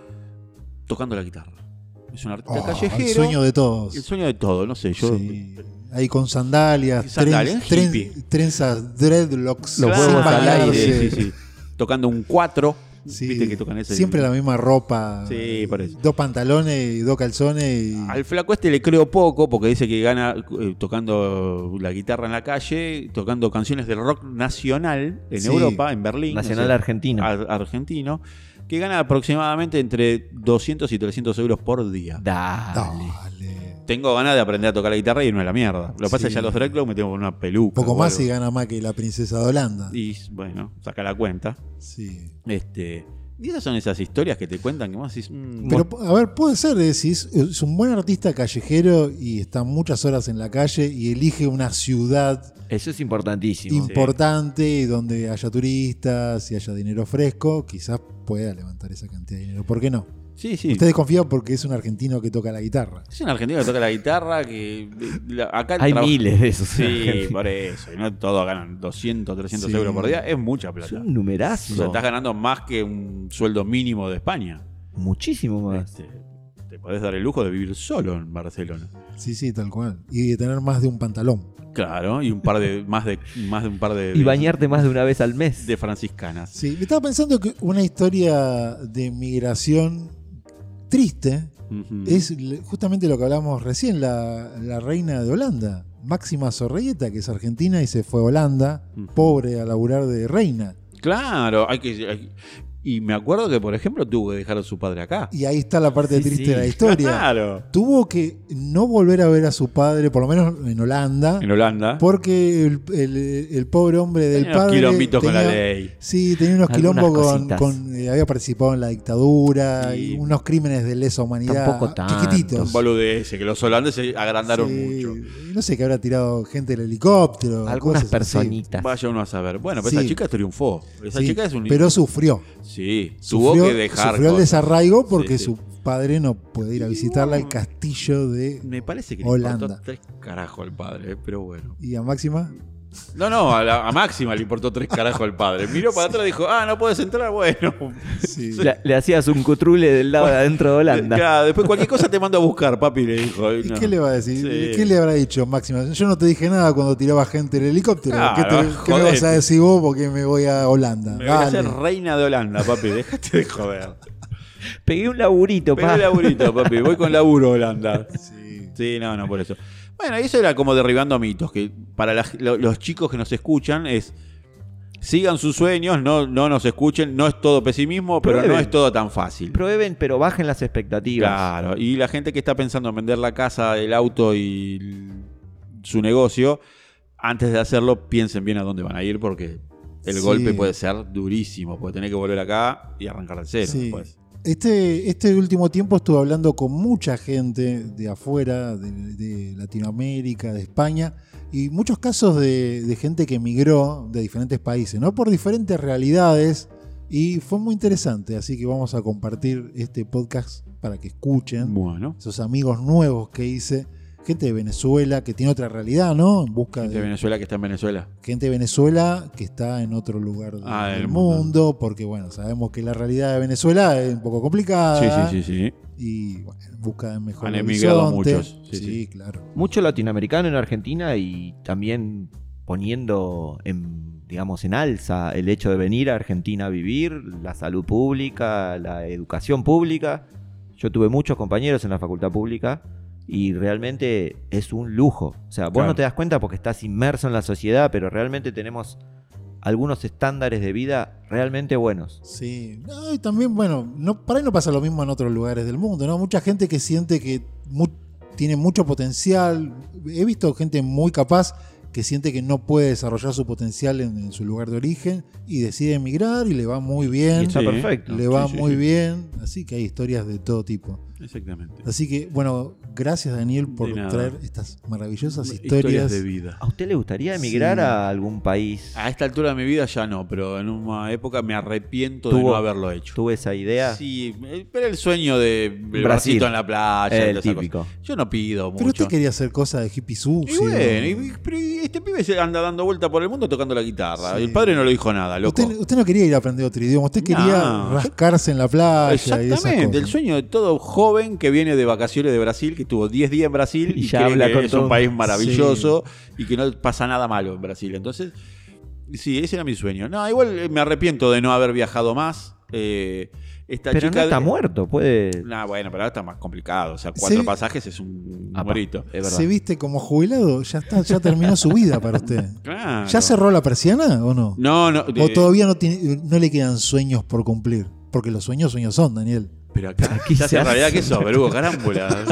B: tocando la guitarra. Es un artista
A: Oh,
B: callejero.
A: el sueño de todos.
B: El sueño de todo, no sé, yo...
A: Sí. Ahí con sandalias,
B: Sandalias,
A: tren- tren-
B: hippie.
A: trenzas, dreadlocks,
C: Los
A: sin
C: huevos al
A: bañarse.
B: Sí,
C: aire,
B: sí, sí. Tocando un 4.
A: Sí,
B: Viste que tocan ese.
A: Siempre la misma ropa.
B: Sí, por eso.
A: Dos pantalones y dos calzones. y-
B: Al flaco este le creo poco porque dice que gana eh, tocando la guitarra en la calle, tocando canciones del rock nacional en
A: Sí.
B: Europa, en Berlín. no
C: Nacional
B: sé,
C: argentino.
B: ar- argentino, que gana aproximadamente entre 200 y 300 euros por día.
C: Dale.
A: Dale.
B: Tengo ganas de aprender a tocar la guitarra y irme a la mierda. Lo que pasa es que
A: Sí.
B: ya los Dreadlock me tengo una peluca.
A: Un poco
B: o
A: más y
B: algo.
A: gana más que la princesa de Holanda.
B: Y bueno, saca la cuenta.
A: Sí.
B: Este, y esas son esas historias que te cuentan que más decís, mm,
A: Pero, a ver, puede ser, eh, si es, es un buen artista callejero y está muchas horas en la calle y elige una ciudad
C: Eso es importantísimo.
A: importante y donde haya turistas y haya dinero fresco, quizás pueda levantar esa cantidad de dinero. ¿Por qué no?
B: Sí, sí.
A: Usted desconfía porque es un argentino que toca la guitarra.
B: Es un argentino que toca la guitarra, que la- acá
C: Hay
B: trabaja-
C: miles de esos.
B: Sí, por eso. Y no todos ganan 200, 300
A: Sí.
B: euros por día. Es mucha
C: es
B: plata.
C: un numerazo.
B: O sea, estás ganando más que un sueldo mínimo de España.
C: Muchísimo más.
B: Este, te podés dar el lujo de vivir solo en Barcelona.
A: Sí, sí, tal cual. Y de tener más de un pantalón.
B: Claro, y un par de más de más de un par de
C: Y bañarte más de una vez al mes.
B: de franciscanas.
A: Sí, me estaba pensando que una historia de migración triste
B: Ujú.
A: es l- justamente lo que hablamos recién, la, la reina de Holanda, Máxima Zorrelleta, que es argentina y se fue a Holanda,
B: Ujú.
A: pobre a laburar de reina.
B: Claro, hay que hay- y me acuerdo que por ejemplo tuvo que dejar a su padre acá.
A: Y ahí está la parte
C: Sí,
A: triste
C: sí.
A: de la historia.
B: Claro.
A: Tuvo que no volver a ver a su padre, por lo menos en Holanda,
B: En Holanda.
A: porque el, el- el pobre hombre del
B: Tenía unos
A: padre...
B: quilombitos con la
A: tenía-
B: ley.
A: Sí, tenía unos
C: Algunas
A: quilombos con.
C: cositas.
A: con, eh, había participado en la dictadura
B: Sí.
A: y unos crímenes de lesa humanidad.
C: Tampoco tanto.
A: Chiquititos.
B: Boludeces, que los holandeses agrandaron
A: Sí,
B: mucho.
A: No sé que habrá tirado gente del helicóptero.
C: Algunas
A: cosas así.
C: personitas.
B: Vaya uno a saber. Bueno, pero
A: Sí.
B: esa chica triunfó. Esa
A: Sí,
B: chica es un.
A: Pero sufrió.
B: sí,
A: Sufrió,
B: tuvo que dejar.
A: sufrió el
B: cosas.
A: desarraigo porque
B: Sí, sí.
A: su padre no puede ir a visitarla al castillo de.
B: Me parece que le
A: Holanda.
B: importó tres carajos al padre, eh, pero bueno.
A: ¿Y a Máxima?
B: No, no, a, la- a Máxima le importó tres carajos al padre. Miró para atrás y dijo, ah, no puedes entrar, bueno.
A: Sí.
C: Le, le hacías un cutrule del lado de adentro de Holanda.
B: Claro, después cualquier cosa te mando a buscar, papi, le dijo.
A: ¿Y
B: no.
A: qué le va a decir?
B: Sí.
A: ¿Qué le habrá dicho Máxima? Yo no te dije nada cuando tiraba gente del helicóptero. ¿Qué, te-
B: Claro,
A: qué me vas
B: jodete.
A: a decir vos? Porque me voy a Holanda.
B: Me voy a
A: Dale.
B: hacer reina de Holanda, papi, déjate de joder.
C: Pegué un laburito,
B: Pegué
C: pa.
B: laburito, papi, voy con laburo a Holanda.
A: Sí.
B: Sí, no, no, por eso. Bueno, y eso era como derribando mitos, que para la- lo- los chicos que nos escuchan es, sigan sus sueños, no, no nos escuchen, no es todo pesimismo, pero no
C: Prueben.
B: es todo tan fácil.
C: Prueben, pero bajen las expectativas.
B: Claro, y la gente que está pensando en vender la casa, el auto y l- su negocio, antes de hacerlo piensen bien a dónde van a ir porque el
A: Sí.
B: golpe puede ser durísimo, puede tener que volver acá y arrancar de cero
A: Sí.
B: después.
A: Este, este último tiempo estuve hablando con mucha gente de afuera, de, de Latinoamérica, de España, y muchos casos de, de gente que emigró de diferentes países, ¿no? Por diferentes realidades, y fue muy interesante, así que vamos a compartir este podcast para que escuchen
B: Bueno,
A: esos amigos nuevos que hice, gente de Venezuela que tiene otra realidad, ¿no? En busca
B: gente de
A: de
B: Venezuela que está en Venezuela.
A: gente de Venezuela que está en otro lugar de-
B: Ah,
A: del
B: del
A: mundo,
B: mundo.
A: porque bueno, sabemos que la realidad de Venezuela es un poco complicada
B: Sí, sí, sí, sí.
A: y bueno, en busca de mejor
B: Han
A: horizonte.
B: emigrado muchos,
A: Sí,
B: sí,
A: claro.
C: Mucho latinoamericano en Argentina y también poniendo en, digamos, en alza el hecho de venir a Argentina a vivir, la salud pública, la educación pública. Yo tuve muchos compañeros en la facultad pública y realmente es un lujo. O sea, vos
B: Claro.
C: no te das cuenta porque estás inmerso en la sociedad, pero realmente tenemos algunos estándares de vida realmente buenos.
A: Sí. No, y también, bueno, no, para ahí no pasa lo mismo en otros lugares del mundo, ¿no? Mucha gente que siente que mu- tiene mucho potencial. He visto gente muy capaz que siente que no puede desarrollar su potencial en, en su lugar de origen y decide emigrar y le va muy
C: Y
A: bien.
C: está
B: Sí,
C: perfecto.
A: Le va
B: Sí, sí,
A: muy
B: sí.
A: bien, así que hay historias de todo tipo.
B: Exactamente.
A: Así que, bueno, gracias Daniel por
B: De nada.
A: traer estas maravillosas historias.
B: Historias de vida.
C: ¿A usted le gustaría emigrar
A: Sí.
C: a algún país?
B: A esta altura de mi vida ya no, pero en una época me arrepiento de
C: Tuvo-
B: no haberlo hecho.
C: ¿Tuve esa idea?
B: Sí, pero el sueño de el
C: Brasil.
B: barcito en la playa. y
C: el
B: todas esas
C: típico.
B: cosas. Yo no pido
A: Pero
B: mucho.
A: usted quería hacer cosas de hippie sucio.
B: Y bueno, y- y- pero y este pibe se anda dando vuelta por el mundo tocando la guitarra.
A: Sí.
B: El padre no le dijo nada, loco.
A: Usted, usted no quería ir a aprender otro idioma, usted quería
B: No.
A: rascarse en la playa. y esas
B: Exactamente,
A: cosas.
B: el sueño de todo joven que viene de vacaciones de Brasil, que estuvo 10 días en Brasil
C: Y
B: y,
C: ya
B: cree
C: habla
B: que
C: con
B: es
C: todo.
B: un país maravilloso y que no pasa nada malo en Brasil. Entonces, sí, ese era mi sueño. No, igual eh, me arrepiento de no haber viajado más. Eh, esta
C: Pero
B: chica
C: no está
B: de-
C: muerto, puede.
B: Nah, bueno, pero ahora está más complicado. O sea, cuatro
A: Se-
B: pasajes es un
C: Apa,
B: numerito.
C: Es verdad.
A: Se viste como jubilado, ya está, ya terminó su vida para usted.
B: Claro.
A: ¿Ya cerró la persiana o no?
B: No, no. de-
A: ¿O todavía no, tiene- no le quedan sueños por cumplir? Porque los sueños sueños son, Daniel.
B: Pero acá,
C: Aquí
B: ya
C: se
B: en realidad
C: hace-
B: que sos, Verugo Carámbula.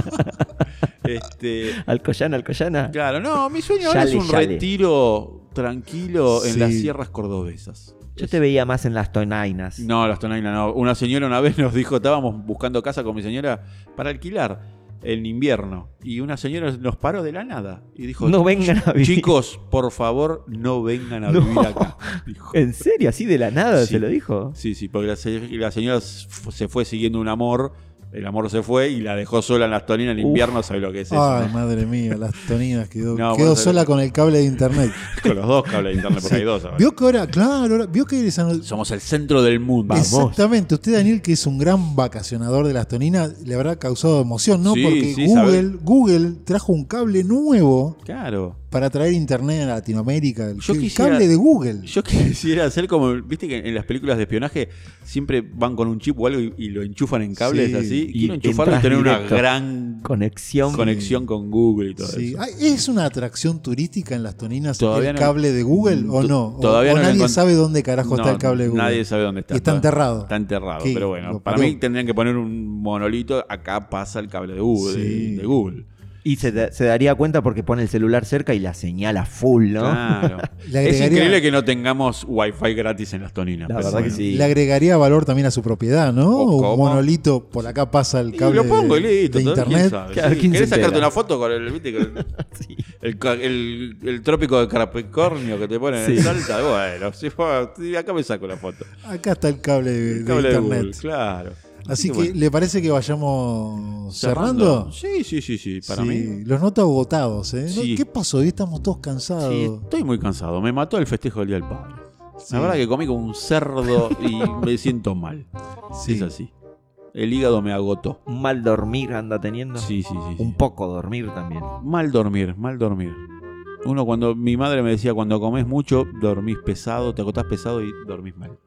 B: este,
C: Alcoyana, Alcoyana.
B: claro, no, mi sueño ahora
C: Yale,
B: es un
C: yale.
B: retiro tranquilo en
A: Sí.
B: las sierras cordobesas.
C: Yo te veía más en las tonainas.
B: No, las Tonainas no. Una señora una vez nos dijo, estábamos buscando casa con mi señora para alquilar en invierno. Y una señora nos paró de la nada y dijo,
C: No vengan a vivir.
B: chicos, por favor, no vengan a
C: No.
B: vivir acá. Dijo.
C: ¿En serio? ¿Así de la nada
B: Sí.
C: se lo dijo?
B: Sí, sí, porque la, se- la señora s- fu- se fue siguiendo un amor, el amor se fue y la dejó sola en las toninas en
C: Uf.
B: invierno, ¿sabes lo que es eso?
A: Ay,
B: no?
A: madre mía, las toninas quedó,
B: No,
A: quedó
B: bueno, se-
A: sola con el cable de internet.
B: Con los dos cables de internet, porque hay dos. ahora.
A: Vio que ahora, claro, ahora- vio que esa no-
B: Somos el centro del mundo.
A: Exactamente, usted Daniel que es un gran vacacionador de las toninas, le habrá causado emoción, ¿no?
B: Sí,
A: Porque
B: sí,
A: Google, Google trajo un cable nuevo
B: Claro.
A: para traer internet a Latinoamérica, el,
B: Yo
A: el
B: quisiera-
A: cable de Google.
B: Yo quisiera hacer como, viste que en las películas de espionaje siempre van con un chip o algo y, y lo enchufan en cables
A: Sí,
B: así.
C: y
B: Quiero enchufarlo y
C: entras
B: tener una
C: directo.
B: gran
C: Conexión.
B: conexión con Google y todo
A: Sí.
B: eso.
A: Ay, ¿Es una atracción turística en las toninas
B: Todavía
A: el
B: no-
A: cable de Google o
B: To-
A: no? O-
B: todavía
A: o
B: no lo
A: nadie
B: encont-
A: sabe dónde carajo está
B: No,
A: el cable de Google.
B: Nadie sabe dónde está.
A: Y está
B: todavía.
A: enterrado.
B: Está enterrado,
A: ¿Qué?
B: pero
A: Lo
B: bueno, para
A: parió.
B: mí tendrían que poner un monolito, acá pasa el cable de Google.
A: Sí.
B: de Google.
C: Y se, da- se daría cuenta porque pone el celular cerca y la señala full, ¿no?
B: Claro.
A: Le
B: es
A: agregaría-
B: increíble que no tengamos wifi gratis en las toninas.
C: La
B: pero
C: verdad que
B: bueno.
C: sí.
A: Le agregaría valor también a su propiedad, ¿no?
B: ¿O
A: Un
B: cómo?
A: monolito, por acá pasa el
B: Y
A: cable
B: lo pongo y
A: de,
B: listo.
A: de
B: todo, ¿quién
A: internet.
B: sabe?
C: Claro,
B: Sí.
C: ¿quién se
B: ¿Querés sacarte
C: entera?
B: una foto con el, viste, con el,
C: Sí.
B: el ca- el- el trópico de Capricornio que te ponen
C: Sí.
B: en Salta? Bueno, si fue- sí, acá me saco la foto.
A: Acá está el cable de,
B: El
A: Eh, de
B: cable de
A: internet.
B: Google, claro.
A: Así que,
B: bueno,
A: ¿le parece que vayamos cerrando?
B: Sí, sí, sí, sí. Para
A: Sí,
B: mí.
A: Los noto agotados, ¿eh? ¿No?
B: Sí.
A: ¿Qué pasó? Hoy estamos todos cansados.
B: Sí, estoy muy cansado. Me mató el festejo del Día del Padre.
A: Sí,
B: La verdad que comí como un cerdo y me siento mal.
A: sí.
B: Es así. El hígado me agotó.
C: Un mal dormir anda teniendo.
B: Sí, Ah. sí, sí. sí.
C: Un poco dormir también.
B: Mal dormir, mal dormir. Uno cuando mi madre me decía, cuando comes mucho, dormís pesado, te acotás pesado y dormís mal.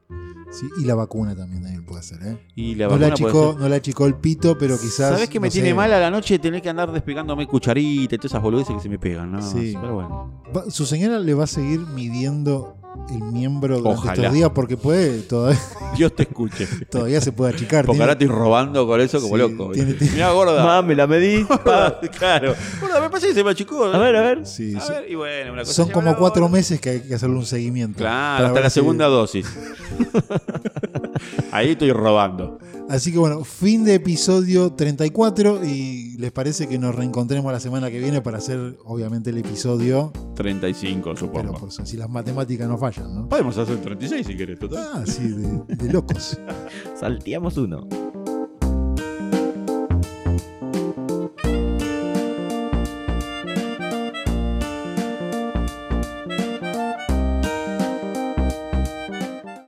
A: Sí, Y la vacuna también, Daniel, puede ser, ¿eh?
B: Y la
A: no, le
B: vacuna puede
A: achicó,
B: ser-
A: no le achicó el pito, pero quizás.
B: ¿Sabés que me
A: no
B: tiene
A: sé,
B: mal a la noche tener que andar despegándome cucharita y todas esas boludeces que se me pegan? ¿no?
A: Sí.
B: Pero bueno.
A: va- su señora le va a seguir midiendo el miembro durante
B: Ojalá.
A: estos días porque puede, todavía,
B: Dios te escuche.
A: todavía se puede achicar. tiene-
B: Porque ahora estoy robando con eso como
A: Sí,
B: loco.
A: tiene-
B: ¿viste?
A: tiene-
B: Mirá, gorda.
C: Mami, la medí. pa.
B: claro. Gorda, me parece que se me achicó.
C: A ver, a ver.
A: sí,
B: A
A: sí.
B: ver, y bueno, una cosa
A: Son
B: lleva a
A: como
B: la
A: cuatro
B: otra.
A: meses que hay que hacerle un seguimiento.
B: Claro,
A: para
B: hasta
A: ver
B: la
A: si-
B: segunda dosis. Ahí estoy robando.
A: Así que bueno, fin de episodio 34 y les parece que nos reencontremos la semana que viene para hacer obviamente el episodio,
B: 35,
A: pero
B: supongo.
A: por si las matemáticas no fallan, ¿no?
B: Podemos hacer 36 si querés, total.
A: Ah, sí, de, de locos.
C: Salteamos uno.